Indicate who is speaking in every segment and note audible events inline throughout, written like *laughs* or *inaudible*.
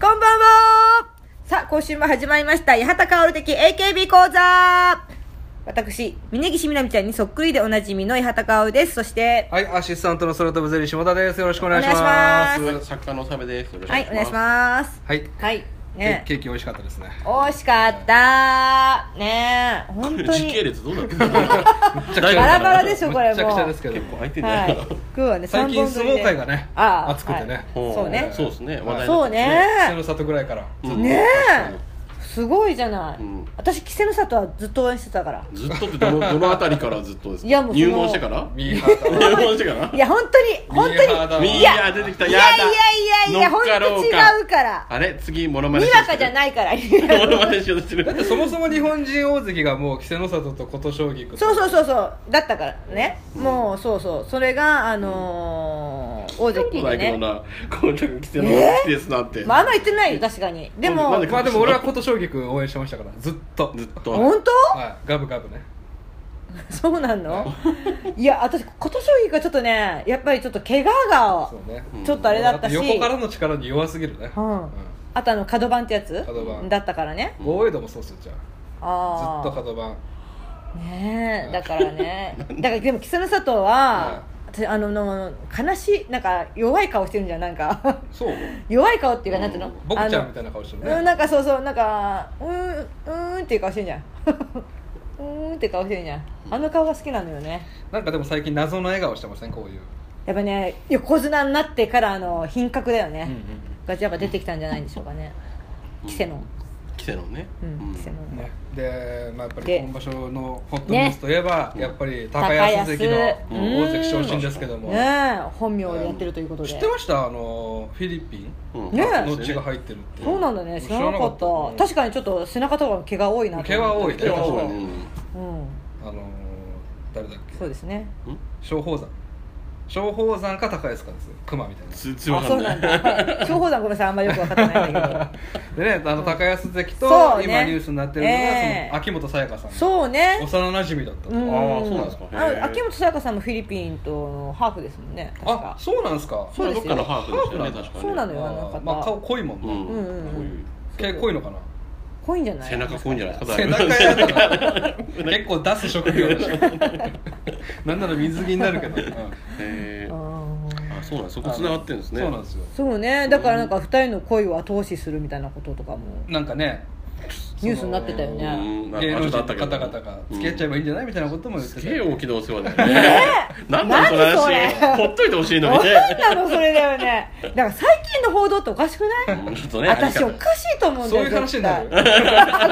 Speaker 1: こんばんはさあ、今週も始まりました、八幡薫的 AKB 講座私、峯岸みなみちゃんにそっくりでおなじみの八幡薫です。そして、
Speaker 2: はい、アシスタントの空飛ぶゼリー下田です。よろしくお願いし
Speaker 1: お願
Speaker 2: ま
Speaker 1: いし
Speaker 2: す。
Speaker 1: ま
Speaker 3: 作家のサベです。よろしく
Speaker 1: はい、お願いします。
Speaker 2: はい、
Speaker 1: はい、
Speaker 2: ケ
Speaker 1: ね
Speaker 2: ケーキ美味しかったですね。
Speaker 1: 惜しかったねえ本当
Speaker 3: 時系
Speaker 1: に
Speaker 3: 列どうなってんだ
Speaker 2: めちゃくちゃ
Speaker 3: バ
Speaker 1: バラバラでしょ、
Speaker 2: め
Speaker 1: これ
Speaker 2: ちゃくちゃ
Speaker 1: も
Speaker 2: で
Speaker 1: う
Speaker 2: す。けど
Speaker 3: 結。構入ってんじゃ
Speaker 1: は、
Speaker 3: ないいかな
Speaker 1: 今日はね、
Speaker 2: *laughs* 最近
Speaker 1: 三本撮
Speaker 2: 相
Speaker 1: り
Speaker 2: 撲
Speaker 1: で
Speaker 2: 界がね、
Speaker 1: ああ
Speaker 2: 熱くてね。
Speaker 1: *laughs*
Speaker 3: ほ
Speaker 1: そうね
Speaker 3: そうですね。話題になってます
Speaker 1: そう。
Speaker 2: 稀勢
Speaker 1: ね
Speaker 2: の里ぐらいから。
Speaker 3: うん
Speaker 1: ね
Speaker 3: 確か
Speaker 1: すごいじゃない、
Speaker 3: うん
Speaker 1: 私稀勢の里はずっと応援してたから
Speaker 3: にずっとってどのどのあたりからずっとですか。
Speaker 1: いやもうその
Speaker 3: 入門してから。
Speaker 2: ミーハーだ
Speaker 3: 入門してから
Speaker 1: い。や本当に本
Speaker 2: ミーハー
Speaker 1: 当
Speaker 2: だ
Speaker 1: に
Speaker 2: わ
Speaker 3: ミ
Speaker 1: い
Speaker 3: ー
Speaker 1: や
Speaker 3: ヤー出てきた。
Speaker 1: いやいやいやいや
Speaker 3: だ乗
Speaker 1: 本
Speaker 3: っかろ
Speaker 1: 当
Speaker 3: う
Speaker 1: 違
Speaker 3: か
Speaker 1: うから
Speaker 3: あれ次モノマ
Speaker 1: に
Speaker 3: ネ。
Speaker 1: わかじゃないから
Speaker 3: い。モノマネしようとして
Speaker 2: だっ
Speaker 3: る。
Speaker 2: てそもそも日本人大関がもう稀勢の里と琴将棋と
Speaker 1: そうそうそうそうだったからねもうそうそうそれがあのー、大関
Speaker 3: な
Speaker 1: で
Speaker 3: いけど
Speaker 1: ね
Speaker 3: な。このちゃん来てるの好きですなって。
Speaker 1: まああんま言ってないよ確かにでも
Speaker 3: なんで
Speaker 2: まあでも俺は琴将棋応援してましたから、ずっと。
Speaker 3: ずっと。
Speaker 1: 本当、
Speaker 2: はい、ガブガブね。
Speaker 1: そうな
Speaker 2: *laughs*
Speaker 1: のいや私琴将棋がちょっとねやっぱりちょっと怪我が
Speaker 2: そうね。
Speaker 3: うん
Speaker 1: ちょっとあれだったし、
Speaker 2: だって横からの力に弱すぎるね。
Speaker 1: うんあとあの角番ってやつ
Speaker 2: 角番
Speaker 1: だったからね
Speaker 2: 防衛度もそうっすよじゃん。
Speaker 1: あ
Speaker 2: ずっと
Speaker 1: あ
Speaker 2: 角番。
Speaker 1: ね
Speaker 2: う
Speaker 1: え
Speaker 2: ん
Speaker 1: だから
Speaker 2: *laughs*
Speaker 1: ねだからでも稀勢の里は、私あのの悲しいなんか弱い顔してるんじゃんなんか *laughs*
Speaker 2: そう。
Speaker 1: 弱い顔っていうかなんていうの
Speaker 3: うん
Speaker 2: 僕ち
Speaker 1: あ
Speaker 2: ゃ
Speaker 1: の
Speaker 2: んみたいな顔してる
Speaker 1: うん
Speaker 2: ね。
Speaker 1: なんかそうそうなんかうーんうーんっていう顔してるじゃん *laughs* うーんって顔してるじゃんあの顔が好きなのよね
Speaker 2: なんかでも最近謎の笑顔してませんこういう。
Speaker 1: やっぱね横綱になってからあの品格だよね、
Speaker 2: うん
Speaker 1: がやっぱ出てきたんじゃないんでしょうかね稀勢の
Speaker 3: 来てるのね。
Speaker 1: うん
Speaker 3: うん
Speaker 1: 稀勢の
Speaker 2: うんね、で、まあ、やっぱ
Speaker 1: で
Speaker 2: り今場所のホットニュースといえば、
Speaker 3: ね
Speaker 2: やっぱり高安関の
Speaker 1: 高安
Speaker 2: うん大関昇進ですけども、
Speaker 1: ねえ本名でやってるということで
Speaker 2: 知ってましたあのフィリピン
Speaker 3: うん
Speaker 1: ねえ
Speaker 2: の血が入ってるって
Speaker 1: そうなんだね知らなかった
Speaker 2: うん
Speaker 1: 確かにちょっと背中とかの毛が多いなと
Speaker 2: 毛は多いね
Speaker 3: 手
Speaker 1: 毛
Speaker 3: は
Speaker 1: は
Speaker 3: そう
Speaker 1: 多
Speaker 3: だ
Speaker 1: い
Speaker 3: ねうん
Speaker 1: うん
Speaker 2: あの誰だっ
Speaker 1: そう
Speaker 2: け
Speaker 1: ですね
Speaker 2: 松鳳山松鳳山か高安かです熊みたいな
Speaker 3: つつま
Speaker 1: あ
Speaker 3: ら
Speaker 1: そうなんだはい情報団ごめんなさいあんまりよく分かってないんだけ
Speaker 2: でねあの高安関と、
Speaker 1: そうね
Speaker 2: 今ニュースになってるのが、
Speaker 1: ええ
Speaker 2: その秋元才加さん
Speaker 1: どそうね
Speaker 2: 幼なじみだったと、
Speaker 1: うん
Speaker 3: ああそうなんですか
Speaker 1: あ
Speaker 3: へえ
Speaker 1: 秋元才加さんもフィリピンとのハーフですもんね確
Speaker 2: あ
Speaker 1: か
Speaker 2: そうなんですか
Speaker 1: そうですよ
Speaker 3: どっかのハーフでしたよね確かに
Speaker 1: そうなのよあの
Speaker 2: あ
Speaker 1: 方
Speaker 2: ーまあ顔濃いもん
Speaker 3: う
Speaker 2: ね、
Speaker 3: ん
Speaker 1: うんうんうん
Speaker 3: こういう
Speaker 2: 毛濃いのかな
Speaker 1: 濃いんじゃない
Speaker 3: 背中濃いんじゃないですかだ
Speaker 2: 背
Speaker 3: いぶ
Speaker 2: 中やだ
Speaker 3: *laughs*
Speaker 2: から結構出す職業だしなんなら水着になるけど、
Speaker 3: へ
Speaker 1: う
Speaker 3: ー
Speaker 1: ん
Speaker 3: *laughs* あそうなんそこ繋がってるんですね
Speaker 2: そうなんですよ
Speaker 1: そうねだからなんか二人の恋を後押しするみたいなこととかも
Speaker 2: なんかね
Speaker 1: ニュースになってたよね
Speaker 3: うんなんか
Speaker 2: 芸能
Speaker 3: ちょっと
Speaker 2: 人
Speaker 3: あ
Speaker 2: の
Speaker 3: った
Speaker 2: 方
Speaker 3: け
Speaker 2: 々
Speaker 3: ど
Speaker 2: が付き合っちゃえばいいんじゃないみたいなことも言って
Speaker 3: す
Speaker 2: た
Speaker 3: げえ
Speaker 2: よ
Speaker 3: 大きなお世話だよね何 *laughs* なのその
Speaker 1: 何それ
Speaker 3: 話ほっといてほしいのにね
Speaker 1: 何 *laughs* なのそれだよねだから最近の報道っておかしくない
Speaker 3: うんちょっとね
Speaker 1: 私
Speaker 3: あ
Speaker 1: お
Speaker 3: りが
Speaker 1: かしいと思うんだよ
Speaker 2: そういう話になる
Speaker 1: 絶対ごめ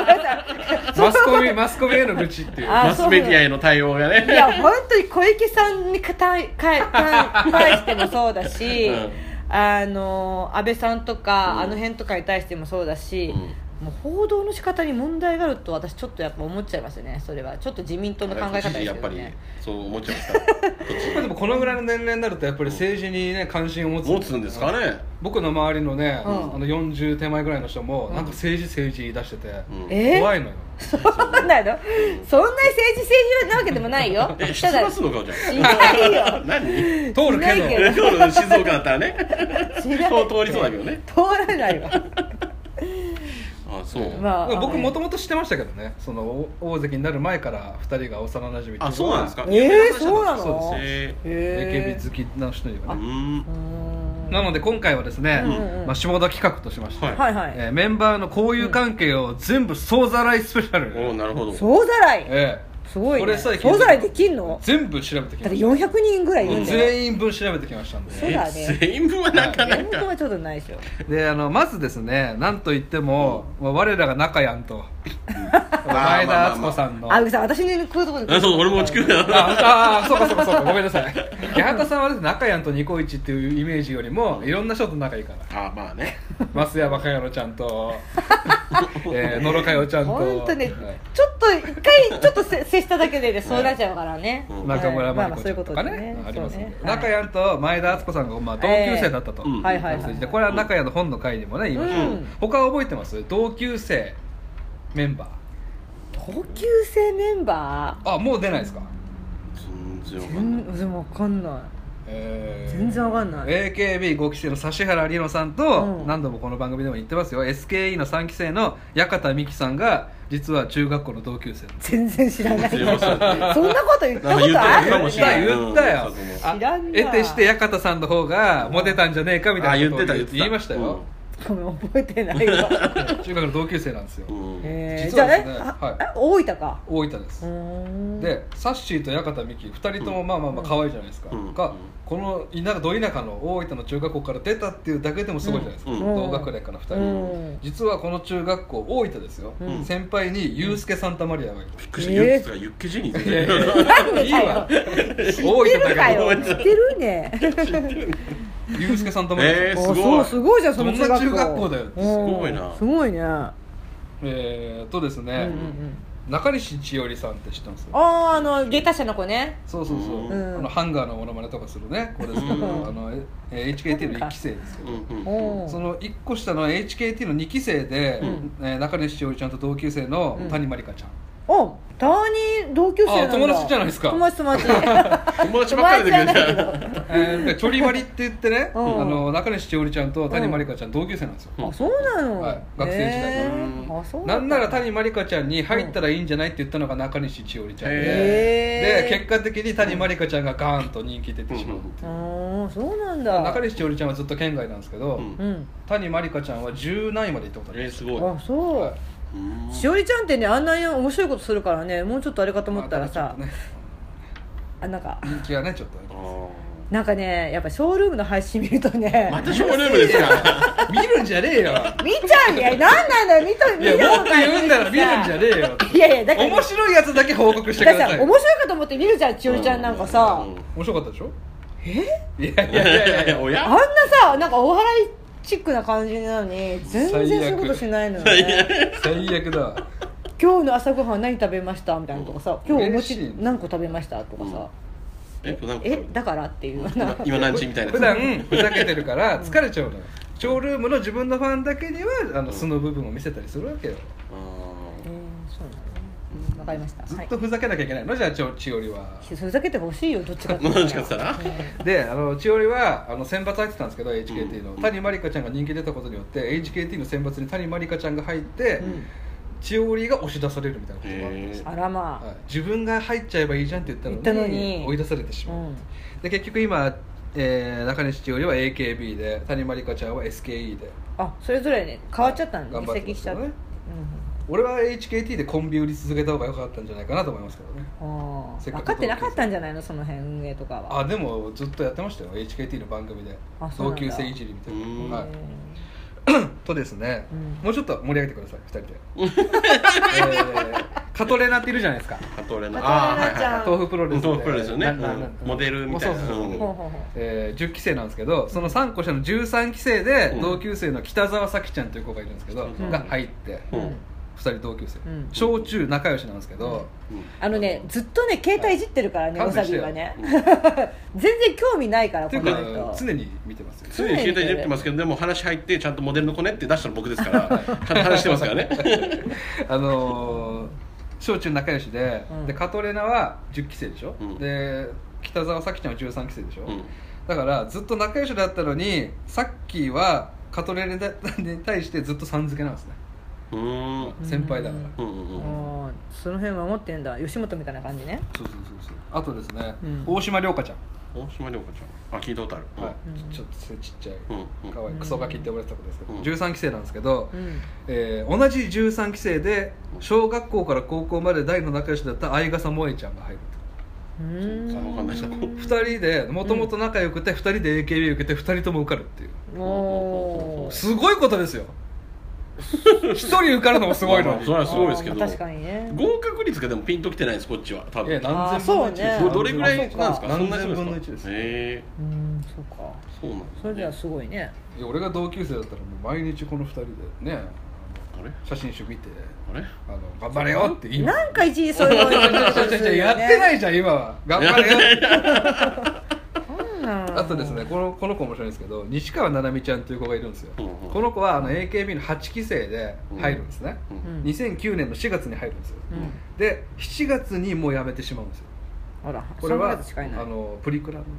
Speaker 1: ん
Speaker 3: *laughs*
Speaker 1: なさい
Speaker 2: マスコミマスコミへの愚痴っていう
Speaker 1: あ
Speaker 3: たマスメディアへの対応
Speaker 1: い
Speaker 3: が
Speaker 1: や
Speaker 3: ね
Speaker 1: 本当に小池さんにかたいかいかい対してもそうだし、
Speaker 3: うん
Speaker 1: あの安倍さんとか、
Speaker 3: うん
Speaker 1: あの辺とかに対してもそうだし、
Speaker 3: う
Speaker 1: もう報道の仕方に問題があると私ちょっとやっぱ思っちゃいますねそれはちょっと自民党の考え方
Speaker 3: 都知事
Speaker 1: です
Speaker 3: やっ
Speaker 1: け
Speaker 3: ぱ
Speaker 1: ど
Speaker 3: り
Speaker 1: ね
Speaker 3: そう思っちゃいま
Speaker 1: *laughs*
Speaker 3: すから
Speaker 2: まあでもこのぐらいの年齢になるとやっぱり政治にね関心を持つ
Speaker 3: 持つんですかね
Speaker 2: 僕の周りのね、
Speaker 1: うん
Speaker 2: あの40手前ぐらいの人も、
Speaker 1: うん
Speaker 2: なんか政治政治言い出してて、
Speaker 3: うん
Speaker 1: え
Speaker 2: 怖いのよ
Speaker 1: *laughs* そうなのそんな政治政治なわけでもないよ
Speaker 3: え出
Speaker 1: ただ
Speaker 3: 馬するのかじ
Speaker 1: し
Speaker 3: ゃ
Speaker 1: ないよ
Speaker 3: あ何 *laughs* え
Speaker 2: 通る
Speaker 1: ないけ
Speaker 2: け
Speaker 1: ど
Speaker 2: ど
Speaker 3: 今日の静岡だったらね
Speaker 1: しない
Speaker 3: そう通りそうだけどね
Speaker 1: 通らないわ
Speaker 3: あそう
Speaker 1: まあ
Speaker 2: 僕もともと知ってましたけどねそのお大関になる前から2人が幼なじみっていのは
Speaker 3: あそうなんですか
Speaker 1: えーそうなの
Speaker 2: そうです
Speaker 3: へえ
Speaker 1: へ
Speaker 2: AKB 好きな人に
Speaker 3: う
Speaker 2: はね
Speaker 3: ん
Speaker 1: ー
Speaker 2: なので今回はですね、
Speaker 1: うんうん
Speaker 2: まあ、下田企画としまして、
Speaker 3: はい
Speaker 1: はいはい、
Speaker 2: えーメンバーの交友関係を全部総ざらいスペシャル、
Speaker 3: おなるほど
Speaker 1: 総ざらい
Speaker 2: え
Speaker 1: すごい、ね、
Speaker 2: これさえ聞いて
Speaker 1: 総ざらいできんの
Speaker 2: え全部調べてき
Speaker 1: だっ
Speaker 2: ま
Speaker 1: て
Speaker 2: し
Speaker 1: 400人ぐらいいる
Speaker 2: た
Speaker 1: んだよ
Speaker 2: 全員分調べてきましたん
Speaker 1: そう
Speaker 2: で
Speaker 1: だね
Speaker 3: 全員分はなかな
Speaker 1: 本当
Speaker 3: か
Speaker 1: はちょっとないでしょ
Speaker 2: であのまずですねなんといっても、まあ我らが仲やんと
Speaker 3: *laughs* ま
Speaker 2: 前田
Speaker 3: あまあまあ
Speaker 2: 敦子さんの
Speaker 1: あうさん私にこういうとこで
Speaker 3: あそう俺も落ち込んだな
Speaker 2: ああそうかそうかそうかごめんなさい八幡さんはですね仲やんとニコイチっていうイメージよりもいろんな人と仲いいから
Speaker 3: あまあね
Speaker 2: 増山かやのちゃんとえー野呂佳代ちゃんと
Speaker 1: 本当ね
Speaker 2: はい
Speaker 1: ちょっと一回ちょっとせ接しただけでねそうなっちゃうからね
Speaker 3: うん
Speaker 2: 中村
Speaker 1: まあ
Speaker 2: 真
Speaker 1: まあそういう
Speaker 2: 理子ちゃ
Speaker 1: んことと
Speaker 2: か
Speaker 1: で
Speaker 2: ね
Speaker 1: ね
Speaker 2: ありますんで
Speaker 1: そうね
Speaker 2: 中やんと前田敦子さんがまあ同級生だったと、
Speaker 3: ええうん
Speaker 1: はいはいはい
Speaker 2: でこれは仲やんの本の回でもね言いましたけど、
Speaker 1: うん
Speaker 2: 他は覚えてます同級生メンバ
Speaker 1: 同級生メンバ
Speaker 2: ーあもう出ないですか
Speaker 3: 全然
Speaker 1: ーう
Speaker 3: わか
Speaker 1: ん
Speaker 3: ない
Speaker 1: んでも分かんない
Speaker 2: えー
Speaker 1: 全然わかんない
Speaker 2: AKB5 期生の指原莉乃さんと、
Speaker 1: うん
Speaker 2: 何度もこの番組でも言ってますよ SKE の3期生の館美樹さんが実は中学校の同級生
Speaker 1: 全然知らないそ
Speaker 3: すい
Speaker 1: ん
Speaker 3: ません
Speaker 1: なこと言った
Speaker 3: な
Speaker 1: こ
Speaker 3: んか言う
Speaker 1: とあ
Speaker 3: て
Speaker 1: る
Speaker 3: るかもしれない
Speaker 2: 言ったよ
Speaker 3: うんそうそう
Speaker 2: あ
Speaker 1: 知らんな
Speaker 2: 得てして館さんの方がモテたんじゃねえかみた
Speaker 3: あ
Speaker 2: いな
Speaker 3: 言
Speaker 2: こと
Speaker 3: って
Speaker 2: を
Speaker 3: た
Speaker 2: 言
Speaker 3: 言っ
Speaker 2: ってて
Speaker 3: た
Speaker 2: 言いましたよ、
Speaker 1: ごめん覚えてないわ、
Speaker 2: 中学の同級生なんですよ、
Speaker 3: うんうん
Speaker 1: えー
Speaker 2: 実
Speaker 1: じゃ
Speaker 2: は
Speaker 1: あ
Speaker 2: です
Speaker 1: え
Speaker 2: ね
Speaker 1: あ
Speaker 2: はい
Speaker 1: え大分か
Speaker 2: 大分です、
Speaker 1: うーん
Speaker 2: でサッシーと館美樹2人ともまあまあまあ可愛いじゃないですか、
Speaker 3: うん
Speaker 2: がこの田舎ど田舎の大分の中学校から出たっていうだけでもすごいじゃないですか、
Speaker 3: うん
Speaker 2: 同学年から2人、
Speaker 1: うん
Speaker 2: 実はこの中学校大分ですよ、
Speaker 1: うん
Speaker 2: 先輩にユースケ・サンタマリアがいる、
Speaker 3: びっくりし
Speaker 1: えー
Speaker 3: たユッケとかユッケジェニーズね
Speaker 1: なんで
Speaker 2: いい
Speaker 1: か
Speaker 2: わ
Speaker 1: よ
Speaker 2: 大
Speaker 1: 知って
Speaker 2: 分
Speaker 1: るか
Speaker 2: だけど
Speaker 1: よ知ってるね
Speaker 2: ユースケ・サンタマリア、
Speaker 3: え
Speaker 1: あ
Speaker 3: ーすごい
Speaker 1: そうすごいじゃんその中学校
Speaker 2: どんな中学校だよっ
Speaker 1: う
Speaker 2: て
Speaker 1: ん
Speaker 3: すごいな
Speaker 1: すごいね
Speaker 2: えー、とです
Speaker 1: うんうんう
Speaker 2: ね、
Speaker 1: ん
Speaker 2: 中西千織さんって知ってます
Speaker 1: あああの下駄者の子ね
Speaker 2: そうそうそう、
Speaker 1: うん
Speaker 2: あのハンガーのモノマネとかするねこれですけど、
Speaker 3: うん
Speaker 2: あのえー HKT の1期生ですけど、
Speaker 3: うんうん
Speaker 1: おー
Speaker 2: その1個下の HKT の2期生で、えー中西しおりちゃんと同級生の谷まりかちゃん、
Speaker 1: おたまに同級生なんだ
Speaker 2: あ友達じゃないですか
Speaker 1: 友達友
Speaker 2: *laughs*
Speaker 1: 達
Speaker 3: 友達ばっかり
Speaker 1: 友達
Speaker 3: で
Speaker 1: じゃないけ
Speaker 3: く
Speaker 1: ど
Speaker 3: れた
Speaker 2: えーでちょりまりって言ってね、
Speaker 1: うん
Speaker 2: あの中西しおりちゃんと谷まりかちゃん同級生なんですよ、
Speaker 1: あそうなの、
Speaker 2: はい学生時代
Speaker 1: へ
Speaker 3: うん
Speaker 1: ーあそうだ
Speaker 2: な
Speaker 1: った
Speaker 2: んなら谷まりかちゃんに入ったらいいんじゃないって言ったのが中西千織ちゃんで、
Speaker 1: へー
Speaker 2: で結果的に谷まりかちゃんがガーンと人気出てしまうっていう
Speaker 1: あーそうなんだ
Speaker 2: 中西千織ちゃんはずっと県外なんですけど、
Speaker 3: うん
Speaker 1: うん
Speaker 2: 谷まりかちゃんは10何位まで行ったことあり
Speaker 3: えー
Speaker 2: ます
Speaker 3: すごい
Speaker 1: あそう、
Speaker 2: はい
Speaker 3: うん
Speaker 1: しおりちゃんってねあんなに面白いことするからねもうちょっとあれかと思ったら
Speaker 2: まあ
Speaker 1: さ
Speaker 2: ただちょっとね
Speaker 1: あなんか
Speaker 2: 人気がねちょっとね
Speaker 3: あー
Speaker 1: なんかねやっぱショールームの配信見るとね
Speaker 3: またショールームですか
Speaker 2: 見るんじゃねえよ
Speaker 1: 見ちゃうねなんなんだよ見と
Speaker 2: *laughs* い
Speaker 1: 見
Speaker 2: や
Speaker 1: る
Speaker 2: も
Speaker 1: の
Speaker 2: っと
Speaker 1: か
Speaker 2: 言うんなら見るんじゃねえよ
Speaker 1: いやいやだから
Speaker 2: *laughs* 面白いやつだけ報告してく
Speaker 1: だ
Speaker 2: だ
Speaker 1: から
Speaker 2: さ
Speaker 1: さ
Speaker 2: い
Speaker 1: 面白いかと思って見るじゃん千織ちゃんなんかさ、
Speaker 3: うん
Speaker 2: 面白かったでしょえいやいや *laughs* いやいや
Speaker 3: お
Speaker 1: あん
Speaker 3: や
Speaker 1: なさなんかお笑いチックな感じなのに全然そういうことしないのよね
Speaker 2: 最悪だ
Speaker 1: 今日の朝ごはん何食べましたみたいなのとかさ今日お餅
Speaker 2: 嬉しい
Speaker 1: 何個食べましたとかさ、
Speaker 3: えこれなんか
Speaker 1: えだからっていうような
Speaker 3: 今今何時みたいな
Speaker 2: 普段ふざけてるから疲れちゃうのよショールームの自分のファンだけにはあの素の部分を見せたりするわけよ
Speaker 1: えーそうなのねうんわかりました
Speaker 2: ず
Speaker 1: は
Speaker 2: っ
Speaker 1: い
Speaker 2: とふざけなきゃいけないのじゃあちょ千織は
Speaker 1: ふざけてほしいよどっちかって
Speaker 3: もう何時かったら
Speaker 2: であの千織はあの選抜入ってたんですけど HKT の、
Speaker 3: うん
Speaker 2: 谷まりかちゃんが人気出たことによって HKT の選抜に谷まりかちゃんが入って、
Speaker 1: うん
Speaker 2: 千織が押し出されるみたいなことがあったんです
Speaker 3: え
Speaker 2: よ、
Speaker 1: あらまあ、
Speaker 2: はい、自分が入っちゃえばいいじゃんって言ったのに
Speaker 1: 言ったのに
Speaker 2: 追い出されてしまう、
Speaker 1: うん
Speaker 2: で結局今、えー中西千織は AKB で谷まりかちゃんは SKE で
Speaker 1: あそれぞれね変わっちゃったんで
Speaker 2: 頑張
Speaker 1: 移
Speaker 2: って
Speaker 1: 籍
Speaker 2: ま
Speaker 1: し
Speaker 2: す
Speaker 1: ちゃ
Speaker 2: よ
Speaker 1: った、
Speaker 2: ね
Speaker 1: うん
Speaker 2: 俺は HKT でコンビ売り続けた方が良かったんじゃないかなと思いますけどね
Speaker 1: あー
Speaker 2: せっか
Speaker 1: 分
Speaker 2: く
Speaker 1: かってなかったんじゃないのその辺運営とかは
Speaker 2: あでもずっとやってましたよ HKT の番組で
Speaker 1: あそうな
Speaker 2: 同
Speaker 1: んだ
Speaker 2: 級生いじりみたい
Speaker 3: うん
Speaker 2: な、はい、とですね、
Speaker 1: うん
Speaker 2: もうちょっと盛り上げてください2人
Speaker 1: *laughs*
Speaker 2: で、えーカトレナっているじゃないですか
Speaker 3: あと俺の
Speaker 1: ま
Speaker 3: あ
Speaker 1: た
Speaker 3: ーは
Speaker 1: なっ
Speaker 3: い
Speaker 1: ちゃ
Speaker 3: はいは
Speaker 1: う
Speaker 2: 豆腐プロレスで
Speaker 3: 豆腐プロレスよね
Speaker 2: なな
Speaker 3: うん
Speaker 2: な
Speaker 3: モデルみたいな
Speaker 2: そうそうそうそう
Speaker 1: ほうほうほう
Speaker 2: えー10期生なんですけどその3個下の13期生で
Speaker 3: うん
Speaker 2: 同級生の北沢咲ちゃんという子がいるんですけど、
Speaker 3: うん
Speaker 2: が入って、
Speaker 3: う
Speaker 2: 二
Speaker 3: ん
Speaker 2: 2人同級生、
Speaker 1: うん
Speaker 2: 小中仲良しなんですけど、
Speaker 1: あのねずっとね携帯いじってるからね
Speaker 2: はい
Speaker 1: わさびはね *laughs* 全然興味ないから
Speaker 2: って
Speaker 1: こ
Speaker 2: い
Speaker 1: の
Speaker 2: うか
Speaker 1: 人
Speaker 2: 常に見てますよ
Speaker 3: 常に携帯いじってますけどでも話入ってちゃんとモデルの子ねって出したの僕ですからちゃんと話してますからね
Speaker 2: あのー小中仲良しで,、
Speaker 1: うん
Speaker 2: でカトレナは10期生でしょ、
Speaker 3: うん
Speaker 2: で北沢咲ちゃんは13期生でしょ、
Speaker 3: うん
Speaker 2: だからずっと仲良しだったのにさっきはカトレナ *laughs* に対してずっとさん付けなんですね、
Speaker 3: うーん
Speaker 2: 先輩だから、
Speaker 1: うん
Speaker 3: うんうんうん
Speaker 1: あーその辺守ってんだ吉本みたいな感じね
Speaker 2: そうそうそうそうあとですね、
Speaker 1: うん
Speaker 2: 大島涼香ちゃん
Speaker 3: 大島涼子ちゃんあ聞いたことある
Speaker 2: はい
Speaker 1: うん
Speaker 2: ちょっと背ちっちゃい、
Speaker 3: うん
Speaker 2: かわいいクソガキって呼ばれてた子ですけど、
Speaker 3: うん
Speaker 2: 13期生なんですけど、
Speaker 1: うん
Speaker 2: えー同じ13期生で小学校から高校まで大の仲良しだった相笠萌ちゃんが入る
Speaker 1: うー
Speaker 3: そっかわかんないそこ
Speaker 2: *laughs* と2人でもともと仲良くて2人で AKB 受けて2人とも受かるっていう
Speaker 1: おー
Speaker 2: すごいこと
Speaker 3: *laughs*
Speaker 2: ですよ1人受かるのもすごいの
Speaker 3: まあまあ
Speaker 2: に
Speaker 3: それはすごいですけど
Speaker 1: あー確かにね
Speaker 3: 合格率がでもピンときてないですこっちは多
Speaker 2: え
Speaker 3: 分
Speaker 2: 何
Speaker 1: あーそう
Speaker 2: 千分の
Speaker 1: ね
Speaker 2: 一です
Speaker 3: ど
Speaker 2: よ
Speaker 3: どれぐらいなんですかそん
Speaker 2: 何
Speaker 3: なに
Speaker 2: 千分の
Speaker 3: 一
Speaker 2: 1ですよ
Speaker 3: へえ
Speaker 1: うんそうか
Speaker 3: そうなんですね
Speaker 1: それじゃあすごいね
Speaker 2: いや俺が同級生だったらもう毎日この2人でね
Speaker 3: あれ
Speaker 2: 写真集見て
Speaker 3: あれ
Speaker 2: あの頑張れよって言います
Speaker 1: なんか一時そういうの
Speaker 2: やって *laughs* ないいじゃん今は頑張れ
Speaker 3: *laughs*
Speaker 2: よ
Speaker 1: あ
Speaker 2: あとですねこのこの子面白いんですけど西川七海ちゃんという子がいるんですよ、
Speaker 3: うんうん
Speaker 2: この子はあの AKB の8期生で入るんですね、
Speaker 3: う
Speaker 1: うんん
Speaker 2: 2009年の4月に入るんですよ、
Speaker 1: うん
Speaker 2: で7月にもう辞めてしまうんですよ
Speaker 1: ほら
Speaker 2: これは
Speaker 1: 3ヶ月しかいない
Speaker 2: あのプリクラのね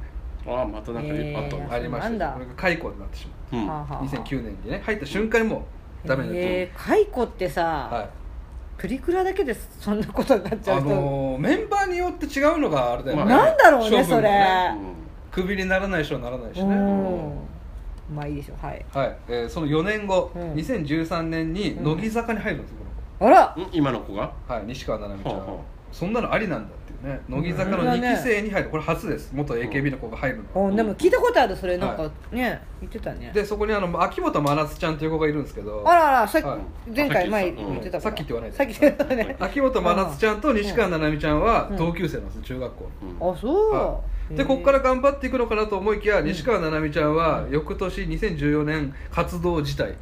Speaker 3: ああまたなんか
Speaker 1: へえ
Speaker 3: あったんだ
Speaker 2: ありまし
Speaker 1: そうなん
Speaker 2: た
Speaker 1: だ
Speaker 2: これが解雇になってしま
Speaker 3: う
Speaker 1: は
Speaker 3: ん
Speaker 1: あはあ
Speaker 2: う2009年にね入った瞬間にもうダメになっ
Speaker 1: へ
Speaker 2: て
Speaker 1: え解雇ってさ、
Speaker 2: はい
Speaker 1: プリクラだけでそんなことになっちゃ
Speaker 2: あ
Speaker 1: うと、
Speaker 2: のーメンバーによって違うのがあれだよね、
Speaker 3: まあ
Speaker 1: なんだろうね
Speaker 2: 処分も
Speaker 1: そ
Speaker 2: クビにならない人はならないし
Speaker 1: う
Speaker 2: ね
Speaker 1: んまあいいでしょうはい
Speaker 2: はい、えーその4年後、
Speaker 1: うん
Speaker 2: 2013年に乃木坂に入るんですよ、この
Speaker 1: あら
Speaker 3: うん今の子が
Speaker 2: 子はい、西川七海ちゃん、
Speaker 3: ほうほう
Speaker 2: そんなのありなんだっていうね乃木坂
Speaker 1: う
Speaker 2: の
Speaker 1: ん
Speaker 2: 2期生に入るこれ初です元 AKB の子が入るの、
Speaker 1: おでも聞いたことあるそれなん
Speaker 2: は
Speaker 1: かね言ってたね
Speaker 2: でそこにあの秋元真夏ちゃんという子がいるんですけど
Speaker 1: あらあらさっ
Speaker 2: はい
Speaker 1: き前回前言ってた
Speaker 2: さっきって言わないで
Speaker 1: さっき言ってたね
Speaker 2: 秋元真夏ちゃんと西川七海ちゃんは
Speaker 1: うん
Speaker 2: 同級生なんですよ中学校の
Speaker 3: うん
Speaker 1: あそ
Speaker 2: は
Speaker 1: う
Speaker 2: でここから頑張っていくのかなと思いきや西川七海ちゃんは翌年2014年活動自体
Speaker 3: う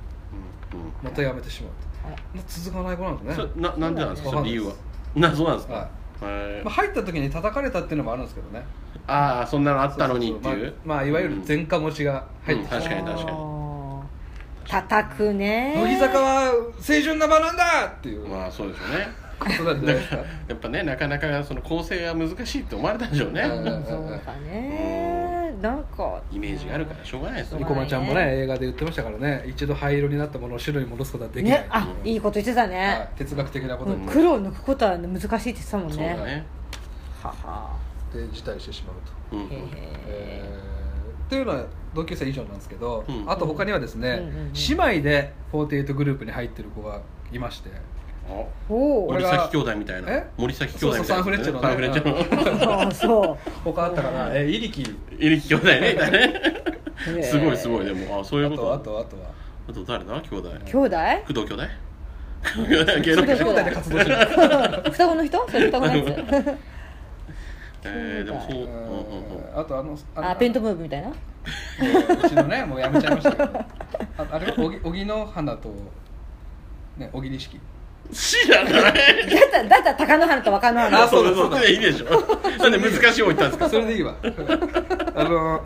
Speaker 2: また辞めてしまう
Speaker 1: あら
Speaker 2: と続かない子なんで
Speaker 3: ん
Speaker 2: す
Speaker 3: そ
Speaker 2: ね
Speaker 3: れななんでなんですか
Speaker 2: わかん
Speaker 3: その
Speaker 2: ないで
Speaker 3: 理由
Speaker 2: す
Speaker 3: は *laughs* なそうなんです
Speaker 2: は
Speaker 3: かへ
Speaker 2: い
Speaker 3: え
Speaker 2: まあ入った時に叩かれたっていうのもあるんですけどね
Speaker 3: ああそんなのあったのにっていう
Speaker 2: まあまあいわゆる
Speaker 3: うん
Speaker 2: 前科持ちが入ってきた
Speaker 3: うん確かに確かに
Speaker 1: に叩くね
Speaker 2: 乃木坂は青春な場なんだっていうこ
Speaker 3: まあそうですよね
Speaker 2: となんじゃないで
Speaker 1: *laughs*
Speaker 2: すか
Speaker 3: やっぱねなかなかその構成は難しいって思われたんでしょう
Speaker 2: うん
Speaker 3: ね
Speaker 1: そうかねなんか
Speaker 3: イメージがあるからしょうがないです
Speaker 1: うん
Speaker 2: 生
Speaker 3: ね
Speaker 2: 駒ちゃんもね映画で言ってましたからね一度灰色になったものを白に戻すことはできない
Speaker 1: ねあいいこと言ってたね
Speaker 2: はい哲学的なこと
Speaker 1: うん
Speaker 2: に
Speaker 1: 黒を抜くことは難しいって言ってたもん
Speaker 3: そう
Speaker 1: ね
Speaker 3: だね
Speaker 1: はは
Speaker 2: で辞退してしまうと、
Speaker 3: うん
Speaker 1: へえ
Speaker 2: えーっていうのは同級生以上なんですけど、
Speaker 3: うん
Speaker 2: あと他にはですね、
Speaker 1: うんうんうん
Speaker 2: 姉妹で48グループに入ってる子がいまして
Speaker 3: あ
Speaker 1: おお
Speaker 2: これ
Speaker 3: 森
Speaker 2: が
Speaker 3: 崎兄弟みたいな
Speaker 2: え
Speaker 3: 森崎兄弟みたい
Speaker 2: そう
Speaker 3: な
Speaker 2: そうサンフレッチェのね
Speaker 3: サンフレッチェの
Speaker 1: そうそ
Speaker 2: 他あったかな、えー、イリキ
Speaker 3: 入木兄弟ねいたね
Speaker 1: う
Speaker 3: *laughs* すごいすごい
Speaker 1: ね
Speaker 3: でもあそうい
Speaker 2: あ
Speaker 3: うことと
Speaker 2: あとあとは
Speaker 3: あと誰だ兄弟
Speaker 1: 兄弟
Speaker 3: 工藤兄弟工藤兄弟 *laughs* 芸能
Speaker 1: 工
Speaker 3: 界
Speaker 1: 藤
Speaker 2: 兄弟で活動してる
Speaker 1: 双子の人それ双子のやつ
Speaker 3: えーでもそう
Speaker 2: う
Speaker 3: うんうんうん
Speaker 2: んあとあのの
Speaker 1: *laughs* あペントムーブみたいな
Speaker 2: うちのねもうやめちゃいましたけどああれはおぎ荻野花とね小木錦
Speaker 3: 知らない
Speaker 1: だったらだったら高野花と若野花
Speaker 2: あそうだそうだ
Speaker 3: れでいいでしょなんで難しい方言ったんですか
Speaker 2: それでいいわ *laughs* あの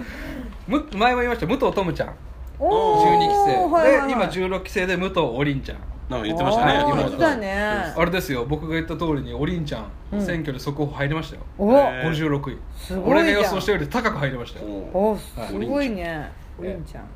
Speaker 2: む前も言いました武藤智ちゃん
Speaker 1: おー
Speaker 2: 12期生、
Speaker 1: はいはいはい
Speaker 2: で今16期生で武藤おりんちゃん
Speaker 3: なんか言ってましたね
Speaker 1: あー
Speaker 3: 今
Speaker 1: 言ってたね
Speaker 2: あれですよ僕が言った通りにおりんちゃん、
Speaker 1: うん
Speaker 2: 選挙で速報入りましたよ
Speaker 1: お
Speaker 3: え
Speaker 2: 56位
Speaker 1: すごいじゃん
Speaker 2: 俺が予想したより高く入りましたよ
Speaker 3: お
Speaker 1: おすごいねおりんちゃん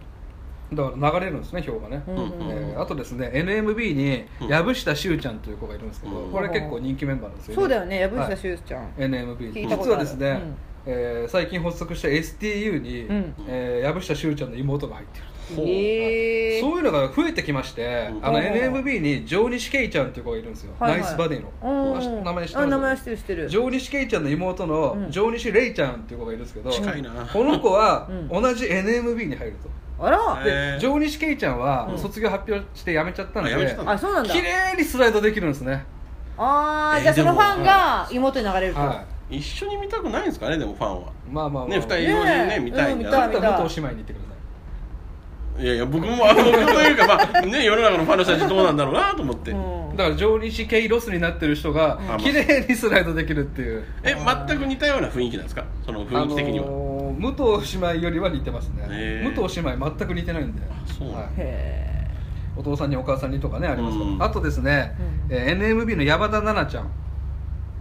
Speaker 2: だから流れるんですね票がね、
Speaker 1: うんうん
Speaker 2: え
Speaker 1: う
Speaker 2: ー
Speaker 1: ん
Speaker 2: あとですね NMB に
Speaker 3: うん
Speaker 2: 藪下しゅうちゃんという子がいるんですけど、
Speaker 3: うん
Speaker 2: これ結構人気メンバーなんですよ
Speaker 1: そうだよね藪
Speaker 2: は
Speaker 1: 下
Speaker 2: い
Speaker 1: 修ちゃん
Speaker 2: NMB
Speaker 1: 聞いたことある
Speaker 2: 実はですね、
Speaker 1: うん
Speaker 2: えー最近発足した STU に、
Speaker 1: うん
Speaker 2: えー藪下しゅうちゃんの妹が入ってる
Speaker 3: ほう
Speaker 1: へえ
Speaker 2: そういうのが増えてきまして、
Speaker 3: うん
Speaker 2: あの
Speaker 1: はいはいはい
Speaker 2: NMB に城西圭ちゃんっていう子がいるんですよ、
Speaker 1: はいはい
Speaker 2: ナイスバディの、
Speaker 1: うん
Speaker 2: 名前知って
Speaker 1: あ
Speaker 2: ます
Speaker 1: 名前は知ってる知ってる
Speaker 2: 城西圭ちゃんの妹の
Speaker 1: うん
Speaker 2: 城西レイちゃんっていう子がいるんですけど、
Speaker 3: 近いな
Speaker 2: この子は
Speaker 1: うん
Speaker 2: 同じ NMB に入ると、
Speaker 1: あら
Speaker 3: へ
Speaker 2: で
Speaker 3: ー
Speaker 2: 城西圭ちゃんは
Speaker 1: うん
Speaker 2: 卒業発表して辞めちゃったんで、
Speaker 3: あ辞めちゃったの
Speaker 1: あそうなんだ
Speaker 2: 綺麗にスライドできるんですね、
Speaker 1: ああじゃあ
Speaker 3: えで
Speaker 1: そ
Speaker 3: も
Speaker 1: のファンが妹に流れると
Speaker 2: は、
Speaker 3: 一緒に見たくないんですかねでもファンはい
Speaker 2: まあまあまあ、
Speaker 3: ね二人
Speaker 1: え
Speaker 3: いろいろね見たいんだ
Speaker 1: うん見
Speaker 3: な
Speaker 1: た
Speaker 2: だ
Speaker 1: い
Speaker 2: っ
Speaker 1: 見
Speaker 2: た
Speaker 1: た
Speaker 2: ら
Speaker 1: い
Speaker 2: 元おしまいに行ってください
Speaker 3: いやいや僕もあの僕というかまあね世の中のファンの人たちどうなんだろうなと思って
Speaker 1: うん
Speaker 2: だから上西系ロスになってる人が
Speaker 3: うん
Speaker 2: 綺麗にスライドできるっていう
Speaker 3: え全く似たような雰囲気なんですかその雰囲気的に
Speaker 2: あ
Speaker 3: は
Speaker 2: のー武藤姉妹よりは似てますね
Speaker 3: へー
Speaker 2: 武藤姉妹全く似てないんで
Speaker 3: そうなんだ
Speaker 2: はい
Speaker 1: へ
Speaker 2: お父さんにお母さんにとかねありますから、
Speaker 3: うん
Speaker 2: あとですね、
Speaker 1: うん
Speaker 2: えー NMB の山田奈々ちゃん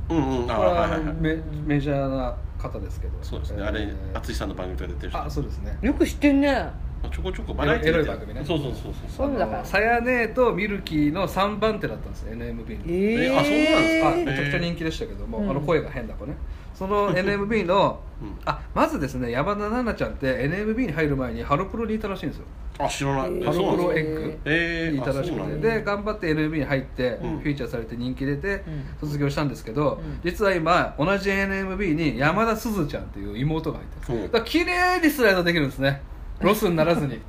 Speaker 3: うんうんあ
Speaker 2: これは
Speaker 3: はい
Speaker 2: あ
Speaker 3: はいは
Speaker 2: の
Speaker 3: い
Speaker 2: メメジャーな方ですけど
Speaker 3: そうですね
Speaker 2: えー
Speaker 3: あれ淳さんの番組とか出てる人
Speaker 2: あそうですね
Speaker 1: えよく知ってんね
Speaker 3: ちょこちょこバラエティー
Speaker 2: エロい番組ね
Speaker 3: そうそうそうそ
Speaker 1: そ
Speaker 3: う
Speaker 1: うだから
Speaker 2: あのさやねえとミルキーの3番手だったんですよ NMB の
Speaker 1: ええ
Speaker 3: えあそうなんです
Speaker 2: あめ
Speaker 3: へー
Speaker 2: ちゃくちゃ人気でしたけども、
Speaker 1: うん
Speaker 2: あの声が変だ子ねその NMB の、
Speaker 3: うん
Speaker 2: あまずですね山田奈々ちゃんって NMB に入る前にハロプロにいたらしいんですよ
Speaker 3: あ知らない
Speaker 1: え
Speaker 3: え
Speaker 1: ー
Speaker 2: ハ
Speaker 3: そうな
Speaker 2: ロ
Speaker 3: ん
Speaker 2: プロ
Speaker 3: です
Speaker 2: エッ
Speaker 3: か
Speaker 2: グ
Speaker 3: え
Speaker 2: にい
Speaker 3: ー
Speaker 2: た
Speaker 3: あ
Speaker 2: らし
Speaker 3: そう
Speaker 2: く
Speaker 3: なん
Speaker 2: て
Speaker 3: だ
Speaker 2: で頑張って NMB に入ってフ
Speaker 3: うん
Speaker 2: ィーチャーされて人気出て
Speaker 1: うん
Speaker 2: 卒業したんですけど
Speaker 1: うん
Speaker 2: 実は今同じ NMB に山田すずちゃんっていう妹が入って
Speaker 3: う
Speaker 2: る
Speaker 3: ん
Speaker 2: だから綺麗にスライドできるんですねロスになら
Speaker 3: *laughs*
Speaker 2: ずに